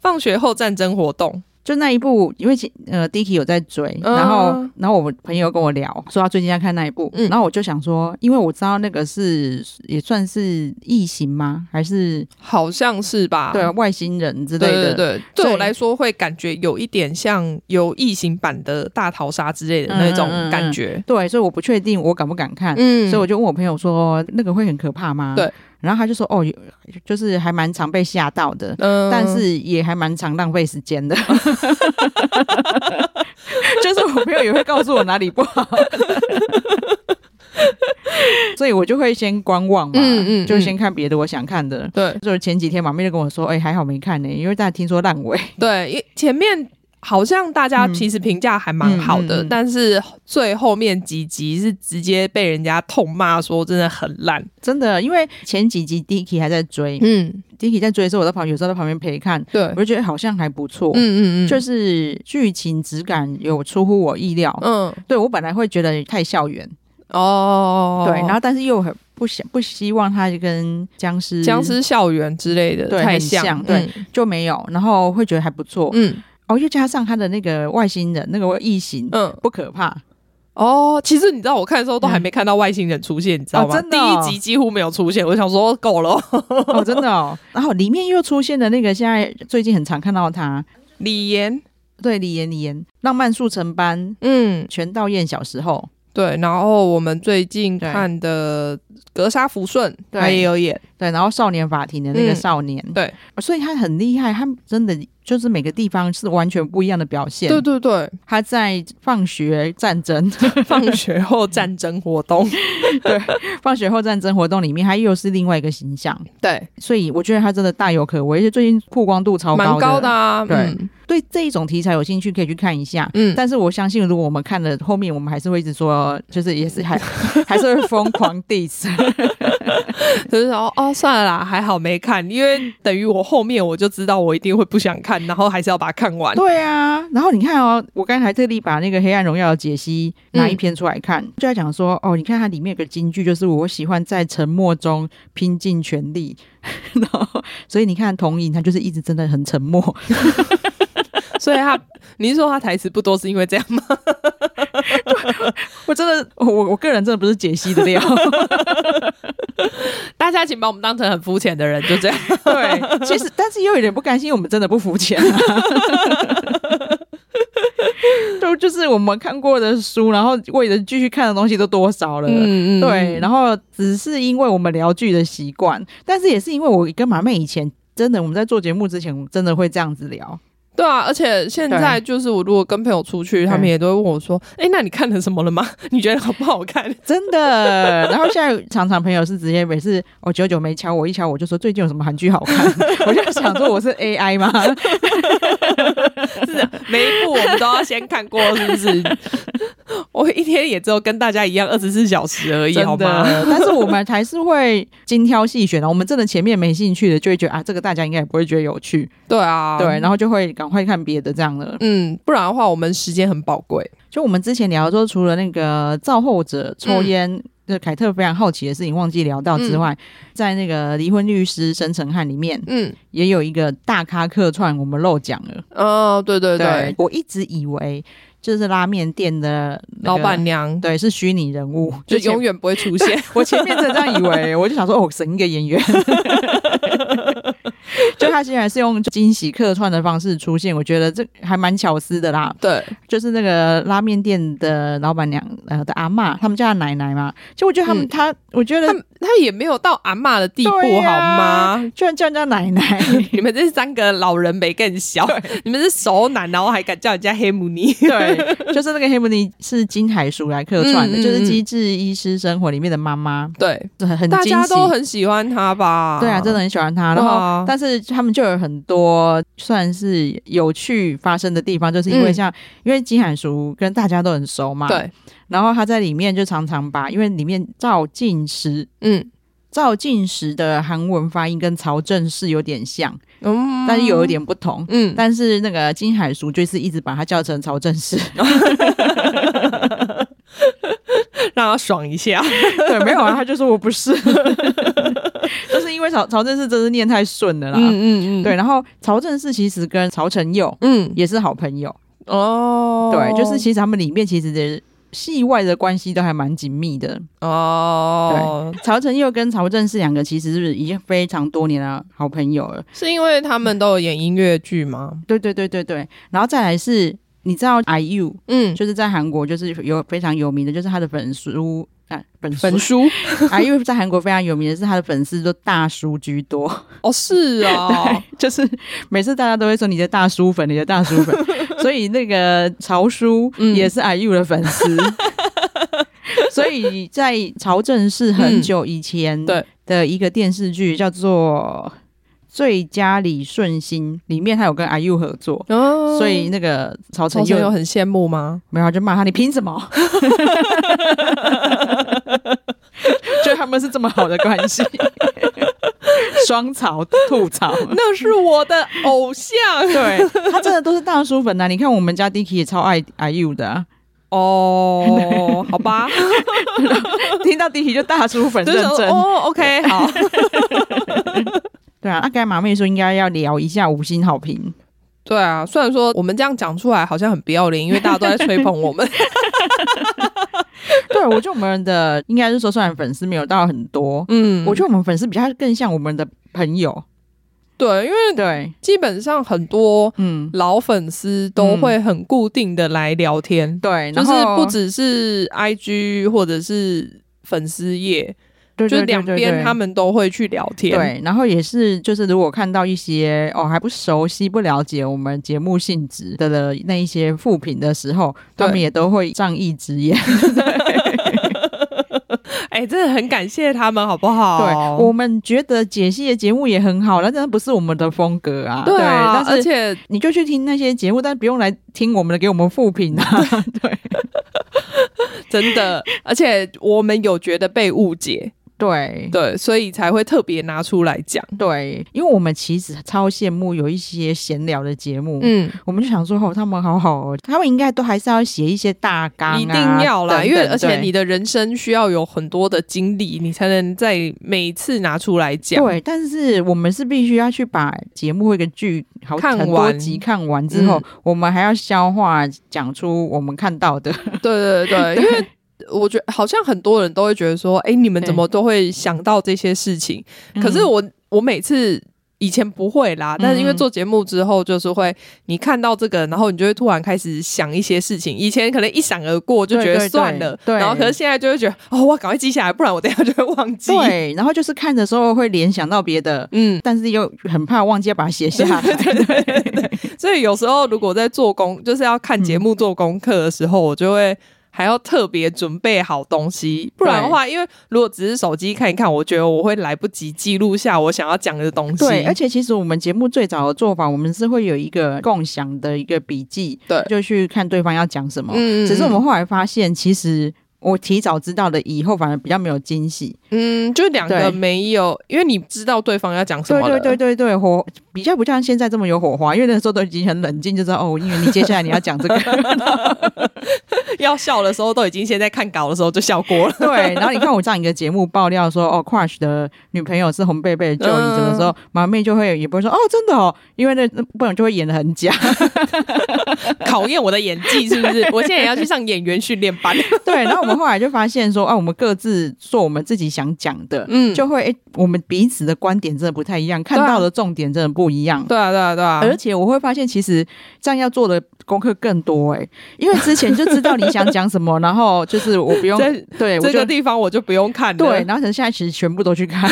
[SPEAKER 4] 放学后战争活动，
[SPEAKER 3] 就那一部，因为其呃，Dicky 有在追，
[SPEAKER 4] 嗯
[SPEAKER 3] 然后然后我朋友跟我聊说他最近在看那一部，
[SPEAKER 4] 嗯
[SPEAKER 3] 然后我就想说，因为我知道那个是也算是异形吗？还是、
[SPEAKER 4] 好像是吧？
[SPEAKER 3] 对啊外星人之类
[SPEAKER 4] 啊对
[SPEAKER 3] 的？
[SPEAKER 4] 对对，
[SPEAKER 3] 所以
[SPEAKER 4] 对我来说会感觉有一点像有异形版的大逃杀之类的那种
[SPEAKER 3] 嗯嗯嗯嗯
[SPEAKER 4] 感觉。
[SPEAKER 3] 对所以我不确定我敢不敢看，
[SPEAKER 4] 嗯
[SPEAKER 3] 所以我就问我朋友说那个会很可怕吗？
[SPEAKER 4] 对，
[SPEAKER 3] 然后他就说哦，有就是还蛮常被吓到的。
[SPEAKER 4] 嗯
[SPEAKER 3] 但是也还蛮常浪费时间的， 就是我朋友也会告诉我哪里不好， 所以我就会先观望嘛，
[SPEAKER 4] 嗯嗯嗯
[SPEAKER 3] 就先看别的我想看的。
[SPEAKER 4] 对
[SPEAKER 3] 就是前几天马妹就跟我说，哎、还好没看呢、因为大家听说烂尾，
[SPEAKER 4] 对，因前面好像大家
[SPEAKER 3] 嗯
[SPEAKER 4] 其实评价还蛮好
[SPEAKER 3] 嗯
[SPEAKER 4] 的，
[SPEAKER 3] 嗯嗯
[SPEAKER 4] 但是最后面几集是直接被人家痛骂说真的很烂。
[SPEAKER 3] 真的，因为前几集 Dicky 还在追、
[SPEAKER 4] 嗯，
[SPEAKER 3] d i c k y 在追的时候，我在旁有时候在旁边陪看，
[SPEAKER 4] 对，
[SPEAKER 3] 我就觉得好像还不错，
[SPEAKER 4] 嗯嗯嗯，
[SPEAKER 3] 就是剧情质感有出乎我意料。
[SPEAKER 4] 嗯
[SPEAKER 3] 对我本来会觉得太校园，
[SPEAKER 4] 哦，
[SPEAKER 3] 对，然后但是又很不想不希望他跟僵尸
[SPEAKER 4] 哦僵尸校园之类的
[SPEAKER 3] 对
[SPEAKER 4] 太
[SPEAKER 3] 很像对
[SPEAKER 4] 嗯
[SPEAKER 3] 就没有，然后会觉得还不错、
[SPEAKER 4] 嗯
[SPEAKER 3] 哦，又加上他的那个外星人那个异形、
[SPEAKER 4] 嗯
[SPEAKER 3] 不可怕，
[SPEAKER 4] 哦，其实你知道，我看的时候都还没看到外星人出现，你知道吗？
[SPEAKER 3] 哦真的哦
[SPEAKER 4] 第一集几乎没有出现，我想说够 了。
[SPEAKER 3] 哦真的哦，然后里面又出现了那个现在最近很常看到他，
[SPEAKER 4] 李岩，
[SPEAKER 3] 对李岩李岩，浪漫速成班。
[SPEAKER 4] 嗯，
[SPEAKER 3] 全道彦小时候，
[SPEAKER 4] 对。然后我们最近看的《格杀福顺》，
[SPEAKER 3] 对
[SPEAKER 4] 他也有演，
[SPEAKER 3] 对，然后少年法庭的那个
[SPEAKER 4] 嗯
[SPEAKER 3] 少年，
[SPEAKER 4] 对，
[SPEAKER 3] 所以他很厉害，他真的就是每个地方是完全不一样的表现。
[SPEAKER 4] 对对对，
[SPEAKER 3] 他在放学战争，
[SPEAKER 4] 放学后战争活动，
[SPEAKER 3] 放学后战争活动里面，他又是另外一个形象。
[SPEAKER 4] 对，
[SPEAKER 3] 所以我觉得他真的大有可为，而且最近曝光度超高
[SPEAKER 4] 蛮
[SPEAKER 3] 的。
[SPEAKER 4] 高的啊，
[SPEAKER 3] 对
[SPEAKER 4] 嗯
[SPEAKER 3] 对这一种题材有兴趣可以去看一下。
[SPEAKER 4] 嗯
[SPEAKER 3] 但是我相信，如果我们看了后面，我们还是会一直说，就是也是还 还是会疯狂 diss。
[SPEAKER 4] 就是说哦，算了啦，还好没看，因为等于我后面我就知道我一定会不想看，然后还是要把它看完。
[SPEAKER 3] 对啊，然后你看哦，我刚才特地把那个《黑暗荣耀》的解析拿一篇出来看，就在讲说，哦，你看它里面有个金句，就是我喜欢在沉默中拼尽全力。 然后，所以你看童影，他就是一直真的很沉默，
[SPEAKER 4] 所以他，你是说他台词不多是因为这样吗？
[SPEAKER 3] 我真的，我我个人真的不是解析的料。
[SPEAKER 4] 大家请把我们当成很肤浅的人，就这样。
[SPEAKER 3] 对， 其实但是又有点不甘心，我们真的不肤浅、啊。就就是我们看过的书，然后为了继续看的东西都多少了。
[SPEAKER 4] 嗯
[SPEAKER 3] 对，然
[SPEAKER 4] 后
[SPEAKER 3] 后只是因为我们聊剧的习惯，但是也是因为我跟马妹以前真的我们在做节目之前，我们真的会这样子聊。
[SPEAKER 4] 对啊，而且现在就是我如果跟朋友出去，他们也都会问我说：“哎、那你看了什么了吗？ 你觉得好不好看
[SPEAKER 3] 真的。然后现在常常朋友是直接每次我久久没敲我一敲我就说最近有什么韩剧好看， 我就想说我是 AI 吗？？”
[SPEAKER 4] 每一部我们都要先看过，是不是？ 我一天也只有跟大家一样二十四小时而已，好
[SPEAKER 3] 真
[SPEAKER 4] 吗？
[SPEAKER 3] 的，但是我们还是会精挑细选的。哦我们真的前面没兴趣的，就会觉得啊，这个大家应该也不会觉得有趣，
[SPEAKER 4] 对啊，
[SPEAKER 3] 对，然后就会赶快看别的这样的。
[SPEAKER 4] 嗯，不然的话，我们时间很宝贵。
[SPEAKER 3] 就我们之前聊说，除了那个造后者抽
[SPEAKER 4] 嗯
[SPEAKER 3] 烟。这凯特非常好奇的事情，忘记聊到之外，在那个离婚律师申成汉里面，
[SPEAKER 4] 嗯，
[SPEAKER 3] 也有一个大咖客串，我们漏讲了。
[SPEAKER 4] 哦，对对对，
[SPEAKER 3] 我一直以为就是拉面店的、
[SPEAKER 4] 老板，娘
[SPEAKER 3] 对，是虚拟人物，
[SPEAKER 4] 就
[SPEAKER 3] 前
[SPEAKER 4] 永。远不会出 现。
[SPEAKER 3] 我前面真的这样以为，我就想说，哦，神一个演员， 就他竟然是用惊喜客串的方式出现，我觉得这还蛮巧思的啦。
[SPEAKER 4] 对，
[SPEAKER 3] 就是那个拉面店的老板娘，呃的阿嬷，他们叫她奶奶嘛，就我觉得他们，
[SPEAKER 4] 嗯
[SPEAKER 3] 她，我觉
[SPEAKER 4] 他
[SPEAKER 3] 得
[SPEAKER 4] 他也没有到阿嬷的地步，
[SPEAKER 3] 对
[SPEAKER 4] 好
[SPEAKER 3] 呀
[SPEAKER 4] 吗？
[SPEAKER 3] 居然叫人家奶 奶，
[SPEAKER 4] 你们这三个老人没更小，你们是熟男，然后还敢叫人家黑姆尼？
[SPEAKER 3] 对，就是那个黑姆尼是金海淑来客串的，
[SPEAKER 4] 嗯嗯
[SPEAKER 3] 就是《
[SPEAKER 4] 嗯
[SPEAKER 3] 机智医师生活》里面的妈妈，
[SPEAKER 4] 对，
[SPEAKER 3] 很很
[SPEAKER 4] 大
[SPEAKER 3] 惊
[SPEAKER 4] 家
[SPEAKER 3] 喜
[SPEAKER 4] 都很喜欢他吧？
[SPEAKER 3] 对啊，真的。很喜欢他。然
[SPEAKER 4] 对
[SPEAKER 3] 后，
[SPEAKER 4] 啊
[SPEAKER 3] 但是他们就有很多算是有趣发生的地方，就是因为
[SPEAKER 4] 嗯
[SPEAKER 3] 像、因为金海淑跟大家都很熟嘛，。
[SPEAKER 4] 对，
[SPEAKER 3] 然后他在里面就常常把，因为里面赵进时。
[SPEAKER 4] 嗯
[SPEAKER 3] 赵进时的韩文发音跟曹正奭有点像，
[SPEAKER 4] 嗯
[SPEAKER 3] 但是又有一点不同。
[SPEAKER 4] 嗯，
[SPEAKER 3] 但是那个金海淑就是一直把他叫成曹正 奭，
[SPEAKER 4] 让他爽一下。
[SPEAKER 3] 对，没有啊，他就说我不 是，就是因为曹曹正奭真是念太顺了啦。
[SPEAKER 4] 嗯
[SPEAKER 3] 对，，然后曹正奭其实跟曹承佑
[SPEAKER 4] 嗯
[SPEAKER 3] 也是好朋友，
[SPEAKER 4] 哦，
[SPEAKER 3] 对，就是其实他们里面其实的戏外的关系都还蛮紧密的。
[SPEAKER 4] 哦，
[SPEAKER 3] 曹承佑跟曹正是两个其实是已经非常多年的好朋友了。
[SPEAKER 4] 是因为他们都有演音乐剧吗？
[SPEAKER 3] 对对对对对，然后再来是。你知道 IU
[SPEAKER 4] 嗯，
[SPEAKER 3] 就是在韩国就是有非常有名的，就是他的粉书啊粉
[SPEAKER 4] 粉
[SPEAKER 3] 粉
[SPEAKER 4] 书
[SPEAKER 3] IU 在韩国非常有名的是他的粉丝都大叔居多，
[SPEAKER 4] 哦，是 哦，
[SPEAKER 3] 就是每次大家都会说你的大叔粉，你的大叔粉，所以那个曹叔
[SPEAKER 4] 嗯
[SPEAKER 3] 也是 IU 的粉丝。所以在曹正是很久以前
[SPEAKER 4] 嗯对
[SPEAKER 3] 的一个电视剧，叫做《最佳李顺心》，里面他有跟 IU 合作，
[SPEAKER 4] 哦
[SPEAKER 3] 所以那个曹
[SPEAKER 4] 曹
[SPEAKER 3] 承
[SPEAKER 4] 承佑
[SPEAKER 3] 佑
[SPEAKER 4] 很羡慕吗？
[SPEAKER 3] 没有他就骂他，你凭什么？ 就他们是这么好的关系， 双槽吐槽，
[SPEAKER 4] 那是我的偶像
[SPEAKER 3] 对他真的都是大叔粉呐、啊你看我们家 Dicky 也超爱 IU 的、 啊，
[SPEAKER 4] 哦，好吧，
[SPEAKER 3] 听到 Dicky 就大叔粉
[SPEAKER 4] 就
[SPEAKER 3] 认
[SPEAKER 4] 是说
[SPEAKER 3] 真。
[SPEAKER 4] 哦，OK，好，
[SPEAKER 3] 对啊，那该马妹说应该要聊一下五星好 评，
[SPEAKER 4] 对啊，虽然说我们这样讲出来好像很不要脸，因为大家都在吹捧我们，
[SPEAKER 3] 对啊我觉得我们的应该是说，虽然粉丝没有到很多，
[SPEAKER 4] 嗯
[SPEAKER 3] 我觉得我们粉丝比较更像我们的朋友。
[SPEAKER 4] 对，因为
[SPEAKER 3] 对，
[SPEAKER 4] 基本上很多
[SPEAKER 3] 嗯，
[SPEAKER 4] 老粉丝都会很固定的来聊天，
[SPEAKER 3] 对，
[SPEAKER 4] 就
[SPEAKER 3] 然
[SPEAKER 4] 是
[SPEAKER 3] 后
[SPEAKER 4] 不只是 IG 或者是粉丝页，
[SPEAKER 3] 对
[SPEAKER 4] 就是两边他。
[SPEAKER 3] 对对对对
[SPEAKER 4] 们都会去聊天，
[SPEAKER 3] 对，然后也是，就是如果看到一些哦还不熟悉、不了解我们节目性质的的那一些副评的时候，他们
[SPEAKER 4] 对
[SPEAKER 3] 也都会仗义直言，
[SPEAKER 4] 哎、真的很感谢他们，好不好？
[SPEAKER 3] 对，我们觉得解析的节目也很好，但真的不是我们的风格啊。
[SPEAKER 4] 对啊，
[SPEAKER 3] 但
[SPEAKER 4] 而
[SPEAKER 3] 是
[SPEAKER 4] 且
[SPEAKER 3] 你就去听那些节目，但不用来听我们的，给我们复评啊。 对
[SPEAKER 4] 真的，而且我们有觉得被误解，
[SPEAKER 3] 对
[SPEAKER 4] 对，所以才会特别拿出来讲。
[SPEAKER 3] 对，因为我们其实超羡慕有一些闲聊的节目，
[SPEAKER 4] 嗯，
[SPEAKER 3] 我们就想说哦，他们好好哦，他们应该都还是要写一些大纲、啊，
[SPEAKER 4] 一定要啦，
[SPEAKER 3] 等等
[SPEAKER 4] 因为而且
[SPEAKER 3] 对
[SPEAKER 4] 你的人生需要有很多的经历，你才能在每次拿出来讲。
[SPEAKER 3] 对，但是我们是必须要去把节目或一个剧好
[SPEAKER 4] 看
[SPEAKER 3] 很多
[SPEAKER 4] 完
[SPEAKER 3] 集看完之后，
[SPEAKER 4] 嗯
[SPEAKER 3] 我们还要消化讲出我们看到的。
[SPEAKER 4] 对对对，因为我觉得好像很多人都会觉得说，哎、你们怎么都会想到这些事情？可是我我每次以前不会啦，但是因为
[SPEAKER 3] 嗯嗯
[SPEAKER 4] 做节目之后，就是会你看到这个，然后你就会突然开始想一些事情。以前可能一闪而过就觉
[SPEAKER 3] 对
[SPEAKER 4] 得
[SPEAKER 3] 对
[SPEAKER 4] 算了，
[SPEAKER 3] 对
[SPEAKER 4] 然后可是现在就会觉得哦，我要赶快记下来，不然我等一下就会忘记。，
[SPEAKER 3] 对，然后就是看的时候会联想到别的，
[SPEAKER 4] 嗯，
[SPEAKER 3] 但是又很怕忘记要把它写下 来。
[SPEAKER 4] 所以有时候如果在做功，就是要看节目做功课的时候，我就会。还要特别准备好东西，不然的话，因为如果只是手机看一看，我觉得我会来不及记录下我想要讲的东西。
[SPEAKER 3] 对，而且其实我们节目最早的做法，我们是会有一个共享的一个笔记，
[SPEAKER 4] 对
[SPEAKER 3] 就去看对方要讲什么。
[SPEAKER 4] 嗯嗯
[SPEAKER 3] 只是我们后来发现，其实我提早知道了以后，反而比较没有惊喜。
[SPEAKER 4] 嗯，就两
[SPEAKER 3] 对
[SPEAKER 4] 个没有，因为你知道对方要讲什
[SPEAKER 3] 对
[SPEAKER 4] 么了。
[SPEAKER 3] 对对对对，火比较不像现在这么有火花，因为那时候都已经很冷静，就知道哦，因为你接下来你要讲这 个，
[SPEAKER 4] 要笑的时候都已经先在看稿的时候就笑 过了。
[SPEAKER 3] 对。然后你看我上一个节目爆料说，哦，Crush 的女朋友是红贝贝的旧
[SPEAKER 4] 嗯
[SPEAKER 3] 影子的时候，马妹就会也不会说哦，真的哦，因为那不然就会演的很假。
[SPEAKER 4] 考验我的演技是不是？我现在也要去上演员训练班。
[SPEAKER 3] 对，然后我们后来就发现说，啊，我们各自做我们自己想讲的，
[SPEAKER 4] 嗯
[SPEAKER 3] 就会、诶我们彼此的观点真的不太一样，看
[SPEAKER 4] 对啊
[SPEAKER 3] 到的重点真的不一样。
[SPEAKER 4] 对啊，对啊，对啊
[SPEAKER 3] 而且我会发现，其实这样要做的功课更多诶、因为之前就知道你想讲什么，然后就是我不用
[SPEAKER 4] 在
[SPEAKER 3] 对我
[SPEAKER 4] 这
[SPEAKER 3] 就
[SPEAKER 4] 个地方我就不用看了。
[SPEAKER 3] 对，，然后等现在其实全部都去 看，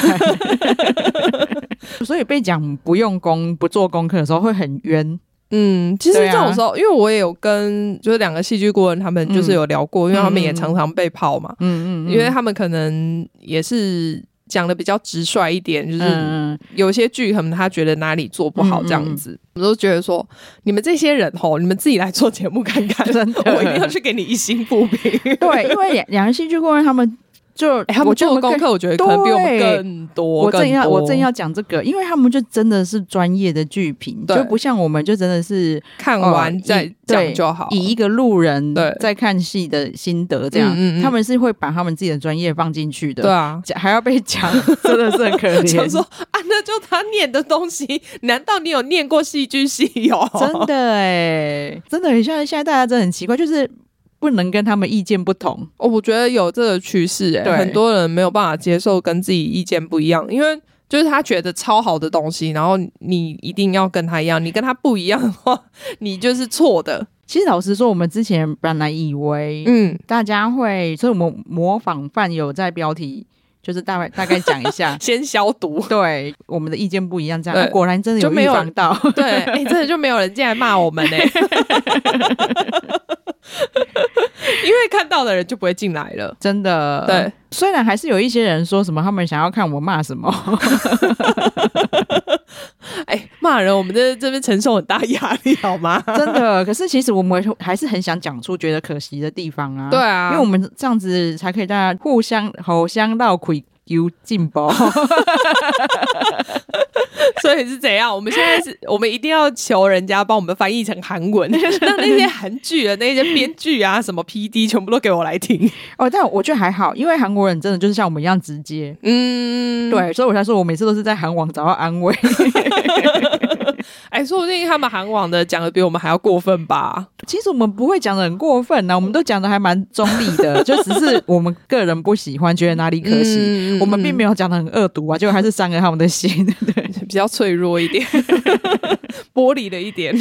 [SPEAKER 3] 所以被讲不用功、不做功课的时候会很冤。
[SPEAKER 4] 嗯，其实
[SPEAKER 3] 对啊
[SPEAKER 4] 这种时候，因为我也有跟就是两个戏剧顾问他们就是有聊过，因为他们也常常被泡嘛，
[SPEAKER 3] 嗯
[SPEAKER 4] 因为他们可能也是讲的比较直率一点，就是。
[SPEAKER 3] 嗯 嗯
[SPEAKER 4] 有些剧可能他觉得哪里做不好这样子，我都觉得说你们这些人吼，你们自己来做节目看看，
[SPEAKER 3] 真的
[SPEAKER 4] 我一定要去给你一星不平。
[SPEAKER 3] 对，因为两两个戏剧顾问他们就、
[SPEAKER 4] 哎他
[SPEAKER 3] 我
[SPEAKER 4] 们
[SPEAKER 3] 觉得
[SPEAKER 4] 做的
[SPEAKER 3] 我
[SPEAKER 4] 功
[SPEAKER 3] 更
[SPEAKER 4] 课，我觉得可能比我们
[SPEAKER 3] 对
[SPEAKER 4] 更多。
[SPEAKER 3] 我正要
[SPEAKER 4] 更多
[SPEAKER 3] 我正要讲这个，因为他们就真的是专业的剧评，
[SPEAKER 4] 对
[SPEAKER 3] 就不像我们就真的是
[SPEAKER 4] 看
[SPEAKER 3] 呃
[SPEAKER 4] 完
[SPEAKER 3] 以
[SPEAKER 4] 再
[SPEAKER 3] 对
[SPEAKER 4] 讲就好。
[SPEAKER 3] 以一个路人
[SPEAKER 4] 对
[SPEAKER 3] 在看戏的心得这样，
[SPEAKER 4] 嗯嗯嗯
[SPEAKER 3] 他们是会把他们自己的专业放进去的，
[SPEAKER 4] 对啊，
[SPEAKER 3] 讲还要被 讲，真的是很可怜。
[SPEAKER 4] 就说啊，那就他念的东西，难道你有念过戏剧系 哦？
[SPEAKER 3] 真的哎、真的很像现在大家真的很奇怪，就是不能跟他们意见不同。
[SPEAKER 4] 哦，我觉得有这个趋势诶，
[SPEAKER 3] 对
[SPEAKER 4] 很多人没有办法接受跟自己意见不一样，因为就是他觉得超好的东西，然后你一定要跟他一样，你跟他不一样的话，你就是错的。
[SPEAKER 3] 其实老实说，我们之前本来以为
[SPEAKER 4] 嗯，，
[SPEAKER 3] 大家会，所以我们模仿范有在标题，就是大概大概讲一下。
[SPEAKER 4] 先消毒
[SPEAKER 3] 对我们的意见不一样，这样、
[SPEAKER 4] 对
[SPEAKER 3] 啊果然真的
[SPEAKER 4] 就
[SPEAKER 3] 有
[SPEAKER 4] 没
[SPEAKER 3] 预
[SPEAKER 4] 有
[SPEAKER 3] 防到。
[SPEAKER 4] 对，哎、真的就没有人进来骂我们呢、欸 因为看到的人就不会进来了。
[SPEAKER 3] 真的，
[SPEAKER 4] 对，
[SPEAKER 3] 虽然还是有一些人说什么他们想要看我骂什 么，
[SPEAKER 4] 哎、骂人，我们在这边承受很大压力，好吗？
[SPEAKER 3] 真的，可是其实我们还是很想讲出觉得可惜的地方啊，
[SPEAKER 4] 对，啊，
[SPEAKER 3] 因 为我们这样子才可以大家互相互相闹亏。有进 步，
[SPEAKER 4] 所以是怎样？我们现在是， 我们一定要求人家帮我们翻译成韩文，让 那些韩剧的那些编剧啊，什么 P D 全部都给我来听。
[SPEAKER 3] 哦，但我觉得还好，因为韩国人真的就是像我们一样直接，
[SPEAKER 4] 嗯，
[SPEAKER 3] 对，所以我才说我每次都是在韩网找到安 慰，
[SPEAKER 4] 哎、说不定他们韩网的讲的比我们还要过分吧？
[SPEAKER 3] 其实我们不会讲的很过分啊呐、我们都讲的还蛮中立 的，就只是我们个人不喜欢，觉得哪里可惜。
[SPEAKER 4] 嗯
[SPEAKER 3] 我们并没有讲的很恶毒啊，就还是伤了他们的 心。对
[SPEAKER 4] 比较脆弱一 点，玻璃了一点。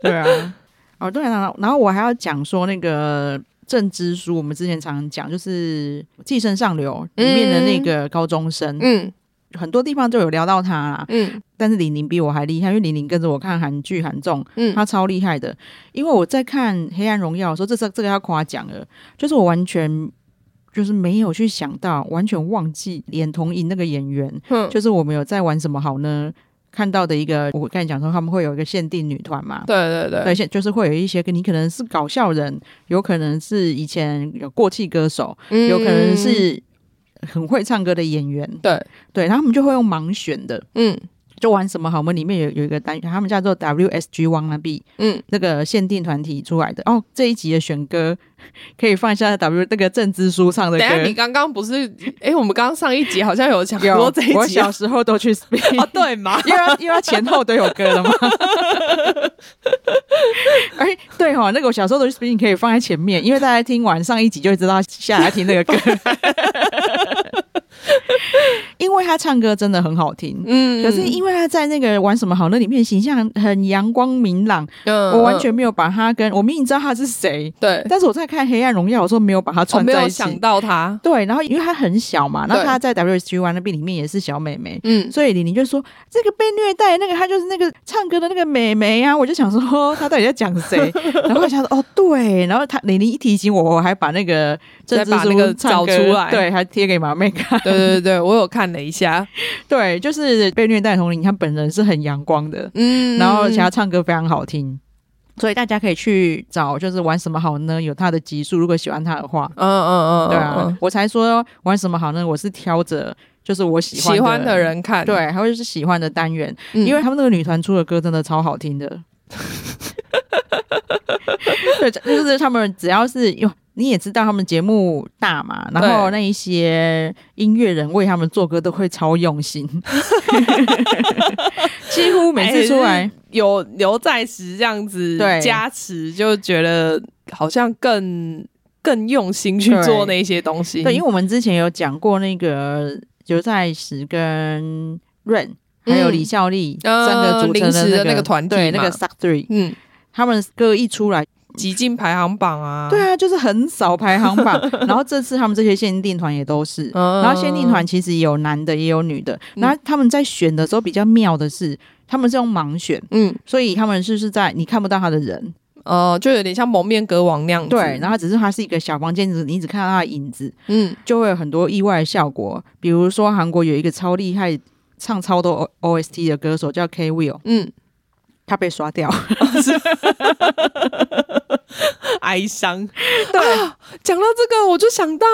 [SPEAKER 3] 对啊，哦对啊，然后我还要讲说那个郑知书，我们之前常常讲，就是《寄生上流》里面的那个高中生，
[SPEAKER 4] 嗯
[SPEAKER 3] 很多地方都有聊到他啦。
[SPEAKER 4] 嗯
[SPEAKER 3] 但是李宁比我还厉害，因为李宁跟着我看韩剧、韩综，
[SPEAKER 4] 嗯
[SPEAKER 3] 他超厉害的。因为我在看《黑暗荣耀》的时候，这是这个要夸奖了，就是我完全就是没有去想到，完全忘记连同影那个演员，
[SPEAKER 4] 嗯
[SPEAKER 3] 就是我们有在玩什么好呢？看到的一个，我跟你讲说他们会有一个限定女团嘛。
[SPEAKER 4] 对对对，
[SPEAKER 3] 对，现就是会有一些跟你可能是搞笑人，有可能是以前有过气歌手，
[SPEAKER 4] 嗯
[SPEAKER 3] 有可能是很会唱歌的演员，
[SPEAKER 4] 对，
[SPEAKER 3] 对，然后他们就会用盲选的，
[SPEAKER 4] 嗯
[SPEAKER 3] 就玩什么好梦里面有有一个单元，他们叫做 WSG Wanna Be
[SPEAKER 4] 嗯，
[SPEAKER 3] 那个限定团体出来的哦。这一集的选歌可以放一下 W 那个郑智书唱的
[SPEAKER 4] 等一下你
[SPEAKER 3] 歌。
[SPEAKER 4] 刚刚不是？哎、我们刚刚上一集好像有讲
[SPEAKER 3] 有
[SPEAKER 4] 过这一
[SPEAKER 3] 我
[SPEAKER 4] 集
[SPEAKER 3] 小
[SPEAKER 4] 啊，
[SPEAKER 3] 时候都 去 spin，、
[SPEAKER 4] 哦对嘛，
[SPEAKER 3] 又要又要前后都有歌了吗？哎、对哈、哦，那个我小时候都去 spin 可以放在前面，因为大家 听完上一集就会知道下来听那个歌。因为他唱歌真的很好听。
[SPEAKER 4] 嗯
[SPEAKER 3] 可是因为他在那个玩什么好乐里面形象很阳光明朗，
[SPEAKER 4] 嗯
[SPEAKER 3] 我完全没有把他跟我明明知道他是谁，
[SPEAKER 4] 对，
[SPEAKER 3] 但是我在看《黑暗荣耀》的时候没有把他
[SPEAKER 4] 我
[SPEAKER 3] 串
[SPEAKER 4] 哦没
[SPEAKER 3] 在
[SPEAKER 4] 有
[SPEAKER 3] 一起。
[SPEAKER 4] 想到他，
[SPEAKER 3] 对，然后因为他很小嘛，
[SPEAKER 4] 对
[SPEAKER 3] 然后他在 WSG1 那边里面也是小妹妹，
[SPEAKER 4] 嗯，
[SPEAKER 3] 所以李宁就说这个被虐待的那个她就是那个唱歌的那个美眉啊，我就想说她到底在讲 谁？然后我想说哦对，然后她李宁一提醒我，我还把那个政治
[SPEAKER 4] 再把
[SPEAKER 3] 书
[SPEAKER 4] 那个
[SPEAKER 3] 唱歌
[SPEAKER 4] 找出来
[SPEAKER 3] 对，还贴给马妹看。
[SPEAKER 4] 对对对，我有看了一下，
[SPEAKER 3] 对，就是被虐待的童林，她本人是很阳光的，
[SPEAKER 4] 嗯
[SPEAKER 3] 然后而且她唱歌非常好听。所以大家可以去找，就是玩什么好呢？有她的集数，如果喜欢她的话，
[SPEAKER 4] 嗯嗯嗯，
[SPEAKER 3] 对啊，
[SPEAKER 4] 嗯，
[SPEAKER 3] 我才说玩什么好呢？我是挑着就是我喜欢
[SPEAKER 4] 喜欢的，人看，
[SPEAKER 3] 对，还有就是喜欢的单元，
[SPEAKER 4] 嗯，
[SPEAKER 3] 因为他们那个女团出的歌真的超好听的。 对，就是他们只要是有。你也知道他们节目大嘛，然后那一些音乐人为他们做歌都会超用心， 几乎每次出来，
[SPEAKER 4] 哎有牛在石这样子
[SPEAKER 3] 对
[SPEAKER 4] 加持，就觉得好像更更用心去做那些东西。
[SPEAKER 3] 对，因为我们之前有讲过那个刘在石跟 Rain 还有李孝利
[SPEAKER 4] 呃
[SPEAKER 3] 三个组成
[SPEAKER 4] 临时的
[SPEAKER 3] 那
[SPEAKER 4] 那个团体
[SPEAKER 3] 对，
[SPEAKER 4] 嘛
[SPEAKER 3] 那个 Suck Three，
[SPEAKER 4] 嗯，
[SPEAKER 3] 他们歌一出来，
[SPEAKER 4] 挤进排行榜啊，
[SPEAKER 3] 对啊，就是很少排行 榜。然后这次他们这些限定团也都是，
[SPEAKER 4] 嗯
[SPEAKER 3] 然后限定团其实有男的也有女的。然后他们在选的时候比较妙的是，他们是用盲选，
[SPEAKER 4] 嗯，
[SPEAKER 3] 所以他们是是在你看不到他的人，
[SPEAKER 4] 呃，就有点像蒙面歌王那样子。
[SPEAKER 3] 对，然后只是他是一个小房间，你只看到他的影子，
[SPEAKER 4] 嗯，
[SPEAKER 3] 就会有很多意外的效果。比如说韩国有一个超厉害。唱超多 O S T 的歌手叫 K Will，
[SPEAKER 4] 嗯，
[SPEAKER 3] 他被刷掉。
[SPEAKER 4] 哀伤。 对，讲到这个，我就想到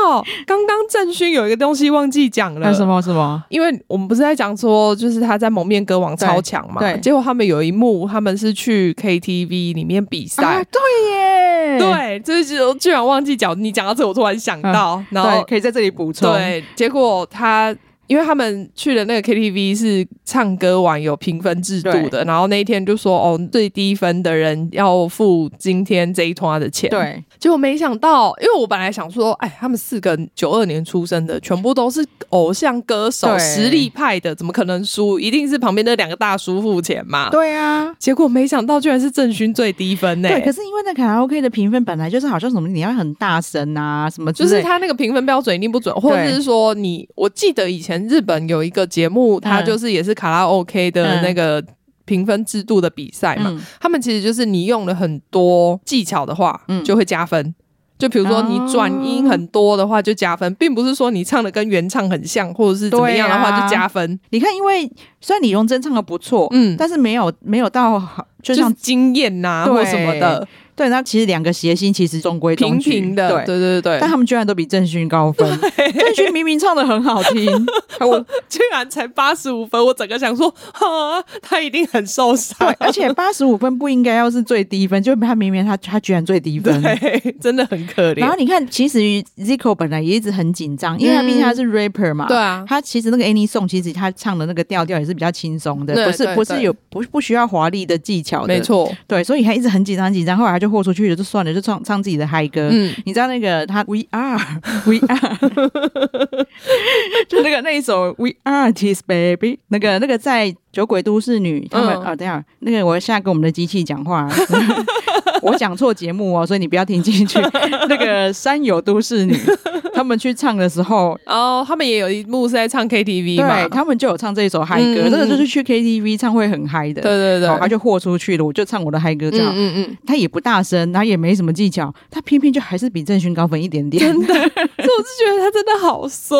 [SPEAKER 4] 刚刚郑勋有一个东西忘记讲了，
[SPEAKER 3] 那什么什么？
[SPEAKER 4] 因为我们不是在讲说，就是他在蒙面歌王超强嘛，
[SPEAKER 3] 对对
[SPEAKER 4] 结果他们有一幕，他们是去 KTV 里面比赛。
[SPEAKER 3] 啊，对耶，
[SPEAKER 4] 对，就是我居然忘记讲，你讲到这，我突然想到，然
[SPEAKER 3] 啊对，
[SPEAKER 4] 后
[SPEAKER 3] 可以在这里补充。
[SPEAKER 4] 对，结果他因为他们去的那个 KTV 是唱歌完有评分制度的，然后那一天就说哦，最低分的人要付今天这一团的钱。，
[SPEAKER 3] 对，
[SPEAKER 4] 结果没想到，因为我本来想说，哎，他们四个九二年出生的，全部都是偶像歌手、
[SPEAKER 3] 对
[SPEAKER 4] 实力派的，怎么可能输？一定是旁边那两个大叔付钱嘛。
[SPEAKER 3] 对啊，
[SPEAKER 4] 结果没想到，居然是郑勋最低分呢、
[SPEAKER 3] 对，可是因为那卡拉 OK 的评分本来就是好像什么你要很大声啊，什么之
[SPEAKER 4] 就
[SPEAKER 3] 类
[SPEAKER 4] 是他那个评分标准一定不准，或者是说你，我记得以前日本有一个节目，
[SPEAKER 3] 嗯
[SPEAKER 4] 它就是也是卡拉 OK 的那个评分制度的比赛嘛，
[SPEAKER 3] 嗯
[SPEAKER 4] 他们其实就是你用了很多技巧的话，
[SPEAKER 3] 嗯哦
[SPEAKER 4] 就会加分。就比如说你转音很多的话就加分，并不是说你唱的跟原唱很像或者是怎么样的
[SPEAKER 3] 对
[SPEAKER 4] 话
[SPEAKER 3] 啊
[SPEAKER 4] 就加分，
[SPEAKER 3] 你看，因为虽然李荣珍唱的不错，
[SPEAKER 4] 嗯
[SPEAKER 3] 但是没有没有到好，就
[SPEAKER 4] 就是
[SPEAKER 3] 像
[SPEAKER 4] 经验呐、
[SPEAKER 3] 对
[SPEAKER 4] 或什么的，
[SPEAKER 3] 对，那其实两个谐星其实中规中
[SPEAKER 4] 平
[SPEAKER 3] 矩
[SPEAKER 4] 平的，
[SPEAKER 3] 对。
[SPEAKER 4] 对对对
[SPEAKER 3] 但
[SPEAKER 4] 对，
[SPEAKER 3] 他们居然都比郑勋高分，郑勋明明唱的很好听， 我
[SPEAKER 4] 居然才八十五分，我整个想说，啊，他一定很受
[SPEAKER 3] 对
[SPEAKER 4] 伤，，
[SPEAKER 3] 而且八十五分不应该要是最低分，就他明明他他居然最低分，
[SPEAKER 4] 对，真的很可
[SPEAKER 3] 然后。你看，其实 Zico 本来也一直很紧张，因为他毕竟他是 rapper 嘛。
[SPEAKER 4] 对啊
[SPEAKER 3] 他其实那个 Any Song，其实他唱的那个调调也是比较轻松的，
[SPEAKER 4] 对
[SPEAKER 3] 不是
[SPEAKER 4] 对
[SPEAKER 3] 不
[SPEAKER 4] 对
[SPEAKER 3] 是有不不需要华丽的技巧的。
[SPEAKER 4] 没，错，
[SPEAKER 3] 对，所以他一直很紧张很紧张，后来他就豁出去了，就算了，就唱唱自己的嗨歌。
[SPEAKER 4] 嗯，
[SPEAKER 3] 你知道那个他 We Are We Are，就那个那一首 We Are This Baby，那个那个在酒鬼都市女他们
[SPEAKER 4] 嗯
[SPEAKER 3] 啊、等一下那个我现在跟我们的机器讲话。啊 我讲错节目哦，所以你不要听进去。那个山有都市女，他们去唱的时候，
[SPEAKER 4] 然后哦他们也有一幕是在唱 KTV 嘛
[SPEAKER 3] 对，他们就有唱这一首嗨歌，
[SPEAKER 4] 嗯嗯
[SPEAKER 3] 这个就是去 KTV 唱会很嗨的。
[SPEAKER 4] 对对对，
[SPEAKER 3] 哦他就豁出去了，我就唱我的嗨歌这样。
[SPEAKER 4] 嗯嗯
[SPEAKER 3] 他也不大声，他也没什么技巧，他偏偏就还是比郑勋高分一点 点。真的，
[SPEAKER 4] 嗯，所以我就觉得他真的好衰，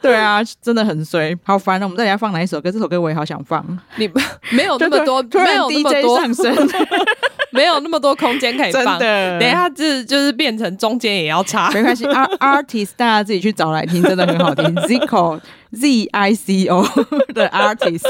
[SPEAKER 3] 对啊，真的很衰，好烦啊！我们到底要放哪一首歌？这首歌我也好想放，
[SPEAKER 4] 你没有哦那么 多，
[SPEAKER 3] 突
[SPEAKER 4] 没
[SPEAKER 3] 然
[SPEAKER 4] 有那么
[SPEAKER 3] DJ
[SPEAKER 4] 多
[SPEAKER 3] 上，升，
[SPEAKER 4] 没有那么多空间可以
[SPEAKER 3] 真
[SPEAKER 4] 放。
[SPEAKER 3] 的。
[SPEAKER 4] 等一下，这就是变成中间也要插，
[SPEAKER 3] 没关系，art artist 大家自己去找来听，真的很好听。Zico Z I C O 的 artist，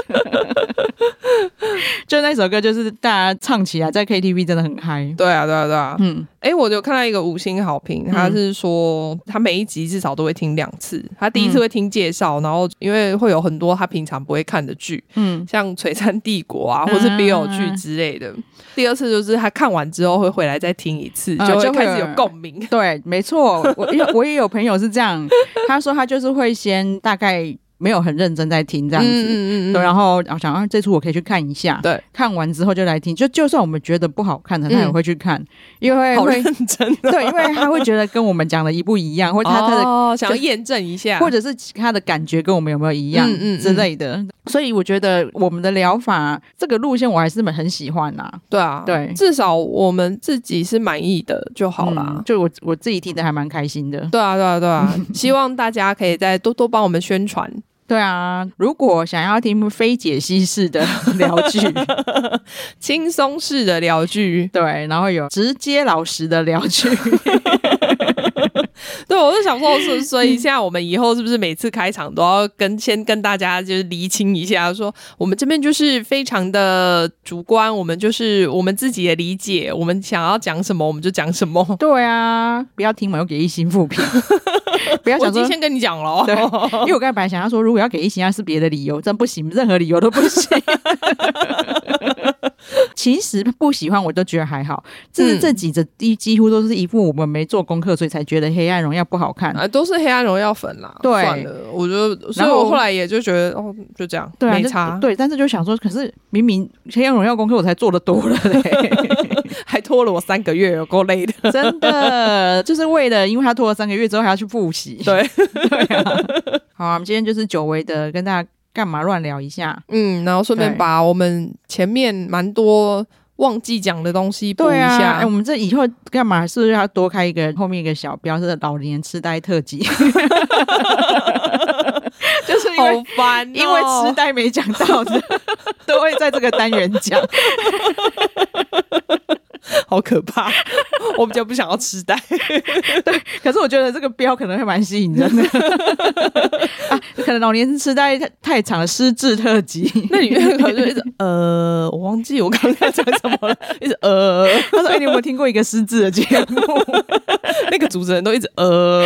[SPEAKER 3] 就那首歌就是大家唱起来在 KTV 真的很嗨。
[SPEAKER 4] 对啊，对啊，对啊。
[SPEAKER 3] 嗯，
[SPEAKER 4] 哎、我有看到一个五星好评，他是说、他每一集至少都会听两次。他第一
[SPEAKER 3] 嗯
[SPEAKER 4] 次会听介绍，然后因为会有很多他平常不会看的剧，
[SPEAKER 3] 嗯，
[SPEAKER 4] 像《璀璨帝国》啊，或是 BL 剧之类的。第二次就是他看完之后会回来再听一次，
[SPEAKER 3] 啊
[SPEAKER 4] 就会
[SPEAKER 3] 就会
[SPEAKER 4] 开
[SPEAKER 3] 有
[SPEAKER 4] 始有共鸣。
[SPEAKER 3] 对，没错，我因为我也有朋友是这样，他说他就是会先大概没有很认真在听这样子，
[SPEAKER 4] 嗯
[SPEAKER 3] 对，然后啊想啊，这出我可以去看一下。
[SPEAKER 4] 对，
[SPEAKER 3] 看完之后就来听，就就算我们觉得不好看的，
[SPEAKER 4] 嗯
[SPEAKER 3] 他也会去看，因为
[SPEAKER 4] 好
[SPEAKER 3] 会
[SPEAKER 4] 认真啊、
[SPEAKER 3] 对，因为他会觉得跟我们讲的一不一样，或者他他的、
[SPEAKER 4] 哦、想要验证一下，
[SPEAKER 3] 或者是他的感觉跟我们有没有一样
[SPEAKER 4] 嗯嗯嗯
[SPEAKER 3] 之类的。所以我觉得我们的疗法这个路线我还是蛮很喜欢呐、
[SPEAKER 4] 对啊，
[SPEAKER 3] 对
[SPEAKER 4] 至少我们自己是满意的就好啦。
[SPEAKER 3] 嗯就我我自己听的还蛮开心的。
[SPEAKER 4] 对啊，对啊，对啊！希望大家可以再多多帮我们宣传，
[SPEAKER 3] 对啊，如果想要听非解析式的疗 剧，
[SPEAKER 4] 轻松式的聊剧。
[SPEAKER 3] 对，然后有直接老实的疗剧，
[SPEAKER 4] 对，我就想说，是所以现在我们以后是不是每次开场都要跟先跟大家就是厘清一下，说我们这边就是非常的主观，我们就是我们自己的理解，我们想要讲什么我们就讲什么。
[SPEAKER 3] 对啊，不要听完又给一星负 评，不要
[SPEAKER 4] 我
[SPEAKER 3] 想
[SPEAKER 4] 已经
[SPEAKER 3] 说。
[SPEAKER 4] 先跟你讲了哦，
[SPEAKER 3] 对，因为我刚才本来想要说，如果要给一星，要是别的理由，真不行，任何理由都不行。 其实不喜欢我都觉得还好，只是
[SPEAKER 4] 嗯
[SPEAKER 3] 这几则几几乎都是一副我们没做功课，所以才觉得《黑暗荣耀》不好看。
[SPEAKER 4] 啊，都是黑暗荣耀粉啦。
[SPEAKER 3] 对
[SPEAKER 4] 算了，我就，所
[SPEAKER 3] 然
[SPEAKER 4] 以
[SPEAKER 3] 后
[SPEAKER 4] 我后来也就觉得，哦，就这样，
[SPEAKER 3] 对啊，
[SPEAKER 4] 没
[SPEAKER 3] 就
[SPEAKER 4] 差，
[SPEAKER 3] 对，但是就想说，可是明明《黑暗荣耀》功课我才做的多了嘞，
[SPEAKER 4] 还拖了我三个月，有够累的。
[SPEAKER 3] 真的就是为了，因为他拖了三个月之后还要去复习。
[SPEAKER 4] 对，
[SPEAKER 3] 对 啊。好啊，我们今天就是久违的跟大家干嘛乱聊一下。
[SPEAKER 4] 嗯，然后顺便
[SPEAKER 3] 对
[SPEAKER 4] 把我们前面蛮多忘记讲的东西补一
[SPEAKER 3] 对啊，
[SPEAKER 4] 下。
[SPEAKER 3] 哎、我们这以后干嘛是不是要多开一个后面一个小标是老年痴呆特 辑？就是因为、
[SPEAKER 4] 好烦哦、
[SPEAKER 3] 因为痴呆没讲到的， 都会在这个单元讲。
[SPEAKER 4] 好可怕，我比较不想要痴 呆。
[SPEAKER 3] 可是我觉得这个标可能会蛮吸引人的啊，可能老年痴呆太太长了，失智特辑。
[SPEAKER 4] 那你可能就一直呃，我忘记我刚才讲什么了，一直呃，
[SPEAKER 3] 他说：“哎、你有没有听过一个失智的节目？
[SPEAKER 4] 那个主持人都一直呃，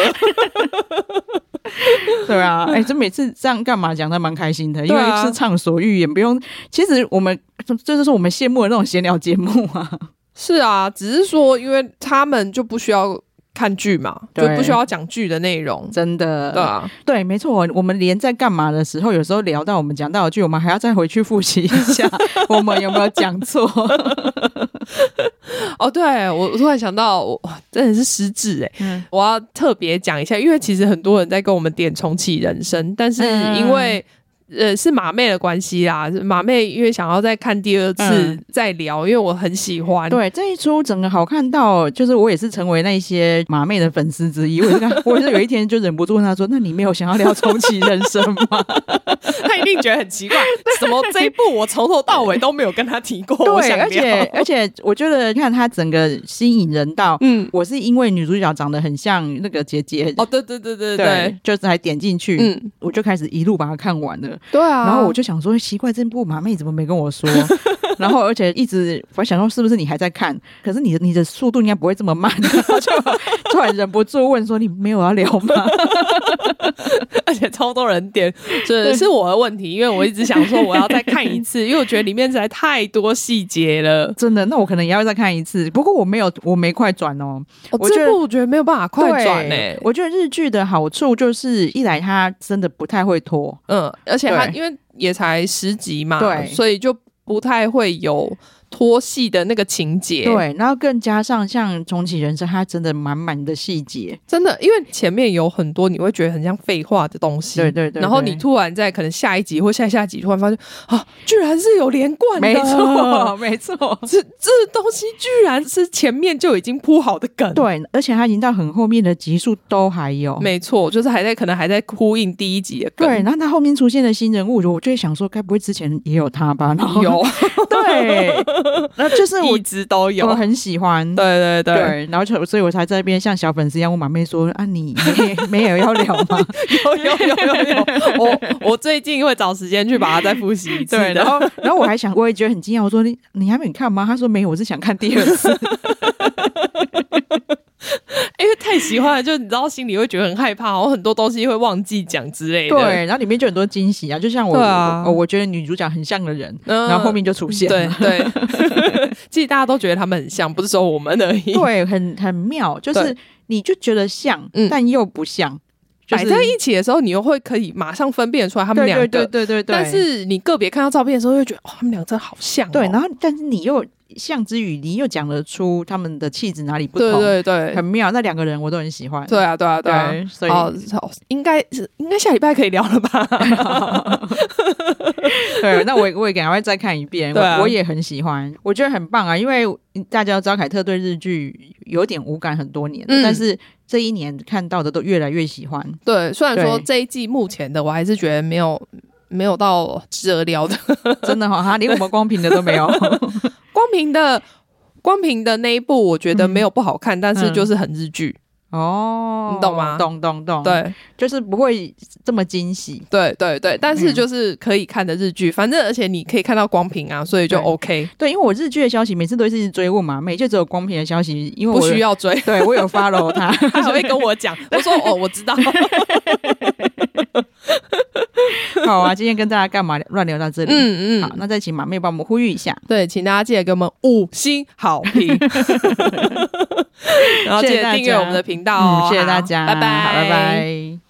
[SPEAKER 3] 对啊，哎、这每次这样干嘛讲，他蛮开心的，因
[SPEAKER 4] 对啊
[SPEAKER 3] 为是畅所欲言，不用。其实我们这就是我们羡慕的那种闲聊节目啊。
[SPEAKER 4] 是啊，只是说因为他们就不需要看剧嘛，就
[SPEAKER 3] 对
[SPEAKER 4] 不需要讲剧的内容。
[SPEAKER 3] 真的，
[SPEAKER 4] 对啊，
[SPEAKER 3] 对，没错，我们连在干嘛的时候，有时候聊到我们讲到的剧，我们还要再回去复习一 下，我们有没有讲错？
[SPEAKER 4] 哦，对我我突然想到，我哇真的是失智哎、
[SPEAKER 3] 嗯
[SPEAKER 4] 我要特别讲一下，因为其实很多人在跟我们点重启人生，但是
[SPEAKER 3] 嗯
[SPEAKER 4] 因为。呃，是马妹的关系啦。马妹因为想要再看第二次
[SPEAKER 3] 嗯
[SPEAKER 4] 再聊，因为我很喜欢。
[SPEAKER 3] 对，这一出整个好看到，就是我也是成为那些马妹的粉丝之一。我就看，我就有一天就忍不住问他说：“ 那你没有想要聊重启人生 吗
[SPEAKER 4] 她一定觉得很 奇怪，怎么这一部我从头到尾都没有跟她提过？”我
[SPEAKER 3] 对，
[SPEAKER 4] 想
[SPEAKER 3] 而且
[SPEAKER 4] 聊
[SPEAKER 3] 而且，我觉得看他整个吸引人到，
[SPEAKER 4] 嗯，
[SPEAKER 3] 我是因为女主角长得很像那个姐姐，
[SPEAKER 4] 哦，对对对对
[SPEAKER 3] 对
[SPEAKER 4] 对，，
[SPEAKER 3] 就是还点进去，
[SPEAKER 4] 嗯，
[SPEAKER 3] 我就开始一路把它看完了。
[SPEAKER 4] 对啊。
[SPEAKER 3] 然后我就想说，奇怪，这部马妹怎么没跟我说？ 然后而且一直我想说，是不是你还在看？可是你的你的速度应该不会这么慢，然 后就突然忍不住问说：“你没有要聊吗
[SPEAKER 4] 而且超多人点，这是我的问题，因为我一直想说我要再看一次，因为我觉得里面实在太多细节了？”。
[SPEAKER 3] 真的，那我可能也要再看一次。不过我没有，我没快转哦。
[SPEAKER 4] 我
[SPEAKER 3] 我
[SPEAKER 4] 这
[SPEAKER 3] 觉得
[SPEAKER 4] 部我觉得没有办法快转欸呢、
[SPEAKER 3] 对我觉得日剧的好处就是，一来它真的不太会拖，
[SPEAKER 4] 嗯，而且它
[SPEAKER 3] 对
[SPEAKER 4] 因为也才十集嘛，
[SPEAKER 3] 对
[SPEAKER 4] 所以就不太会有拖戏的那个情节。，
[SPEAKER 3] 对，然后更加上像重启人生，它真的满满的细节，
[SPEAKER 4] 真的，因为前面有很多你会觉得很像废话的东西，
[SPEAKER 3] 对对对
[SPEAKER 4] 然后
[SPEAKER 3] 对
[SPEAKER 4] 你突然在可能下一集或下下集突然发现啊，居然是有连贯的，
[SPEAKER 3] 没错，。没错。
[SPEAKER 4] 这这东西居然是前面就已经铺好的梗，
[SPEAKER 3] 对，而且它已经到很后面的集数都还有，
[SPEAKER 4] 没错，就是还在可能还在呼应第一集的梗。
[SPEAKER 3] 对，然后他后面出现的新人物，我就会想说，该不会之前也有他吧？然后
[SPEAKER 4] 有
[SPEAKER 3] 对， 那就是我
[SPEAKER 4] 一直都有
[SPEAKER 3] 我。很喜欢。
[SPEAKER 4] 对对对，
[SPEAKER 3] 对，然后就所以我才在那边像小粉丝一样问马妹说：“啊，你没没有要聊 吗
[SPEAKER 4] 有有有有有，我我最近会找时间去把它再复习一？”次
[SPEAKER 3] 对，然
[SPEAKER 4] 的。
[SPEAKER 3] 后然后我还想，我也觉得很惊讶，我说：“你你还没有看吗？”他说：“没有，我是想看第二 次。
[SPEAKER 4] 因为太喜欢了，就你知道，心里会觉得很害怕，然后很多东西会忘记讲之”类的。
[SPEAKER 3] 对，然后里面就很多惊喜啊，就像我，
[SPEAKER 4] 对啊
[SPEAKER 3] 我我觉得女主角很像的人，
[SPEAKER 4] 嗯
[SPEAKER 3] 然后后面就出现了
[SPEAKER 4] 对对， 其实大家都觉得他们很像，不是说我们而已。
[SPEAKER 3] 对，很很妙，就是
[SPEAKER 4] 对
[SPEAKER 3] 你就觉得像
[SPEAKER 4] 嗯，
[SPEAKER 3] 但又不像，就
[SPEAKER 4] 摆
[SPEAKER 3] 是
[SPEAKER 4] 在一起的时候，你又会可以马上分辨出来他们
[SPEAKER 3] 对
[SPEAKER 4] 两个。
[SPEAKER 3] 对对对对对，
[SPEAKER 4] 但是你个别看到照片的时候，又觉得哦，他们俩真的好像、哦。
[SPEAKER 3] 对，然后但是你又像之语，你又讲得出他们的气质哪里不同，
[SPEAKER 4] 对对对
[SPEAKER 3] 很，妙。那两个人我都很喜欢，
[SPEAKER 4] 对啊对啊对啊。
[SPEAKER 3] 对，所以、
[SPEAKER 4] 哦，好应该是应该下礼拜可以聊了吧？
[SPEAKER 3] 对，那我也我也赶快再看一遍，
[SPEAKER 4] 对啊
[SPEAKER 3] 我我也很喜欢，我觉得很棒啊，因为大家都知道凯特对日剧有点无感很多年了，
[SPEAKER 4] 嗯
[SPEAKER 3] 但是这一年看到的都越来越喜欢，
[SPEAKER 4] 对，虽然说
[SPEAKER 3] 对
[SPEAKER 4] 这一季目前的我还是觉得没有没有到值得聊的。
[SPEAKER 3] 真的哈、哦，他连我们光屏的都没有，
[SPEAKER 4] 光平的光平的那一部，我觉得
[SPEAKER 3] 嗯
[SPEAKER 4] 没有不好看，但是就是很日剧。
[SPEAKER 3] 哦，
[SPEAKER 4] 你懂吗
[SPEAKER 3] 懂懂懂，，
[SPEAKER 4] 对
[SPEAKER 3] 就是不会这么惊喜。
[SPEAKER 4] 对对对，但是
[SPEAKER 3] 嗯
[SPEAKER 4] 就是可以看的日剧，反正而且你可以看到光平啊，所以就
[SPEAKER 3] 对
[SPEAKER 4] OK，
[SPEAKER 3] 对，因为我日剧的消息每次都是一直追问嘛，每就只有光屏的消息，因为我
[SPEAKER 4] 不需
[SPEAKER 3] 要，
[SPEAKER 4] 要追。
[SPEAKER 3] 对我有 follow 他，
[SPEAKER 4] 他还会跟我讲，我说哦，我知 道。
[SPEAKER 3] 好啊，今天跟大家干嘛乱聊到这里？
[SPEAKER 4] 嗯
[SPEAKER 3] 好，
[SPEAKER 4] 嗯，
[SPEAKER 3] 那再请马妹帮我们呼吁一下，
[SPEAKER 4] 对，请大家记得给我们五星好 评，然后记
[SPEAKER 3] 谢谢
[SPEAKER 4] 得
[SPEAKER 3] 大
[SPEAKER 4] 订阅
[SPEAKER 3] 家
[SPEAKER 4] 我们的频道哦。
[SPEAKER 3] 嗯谢谢大
[SPEAKER 4] 好
[SPEAKER 3] 家，
[SPEAKER 4] 拜拜，
[SPEAKER 3] 好拜拜。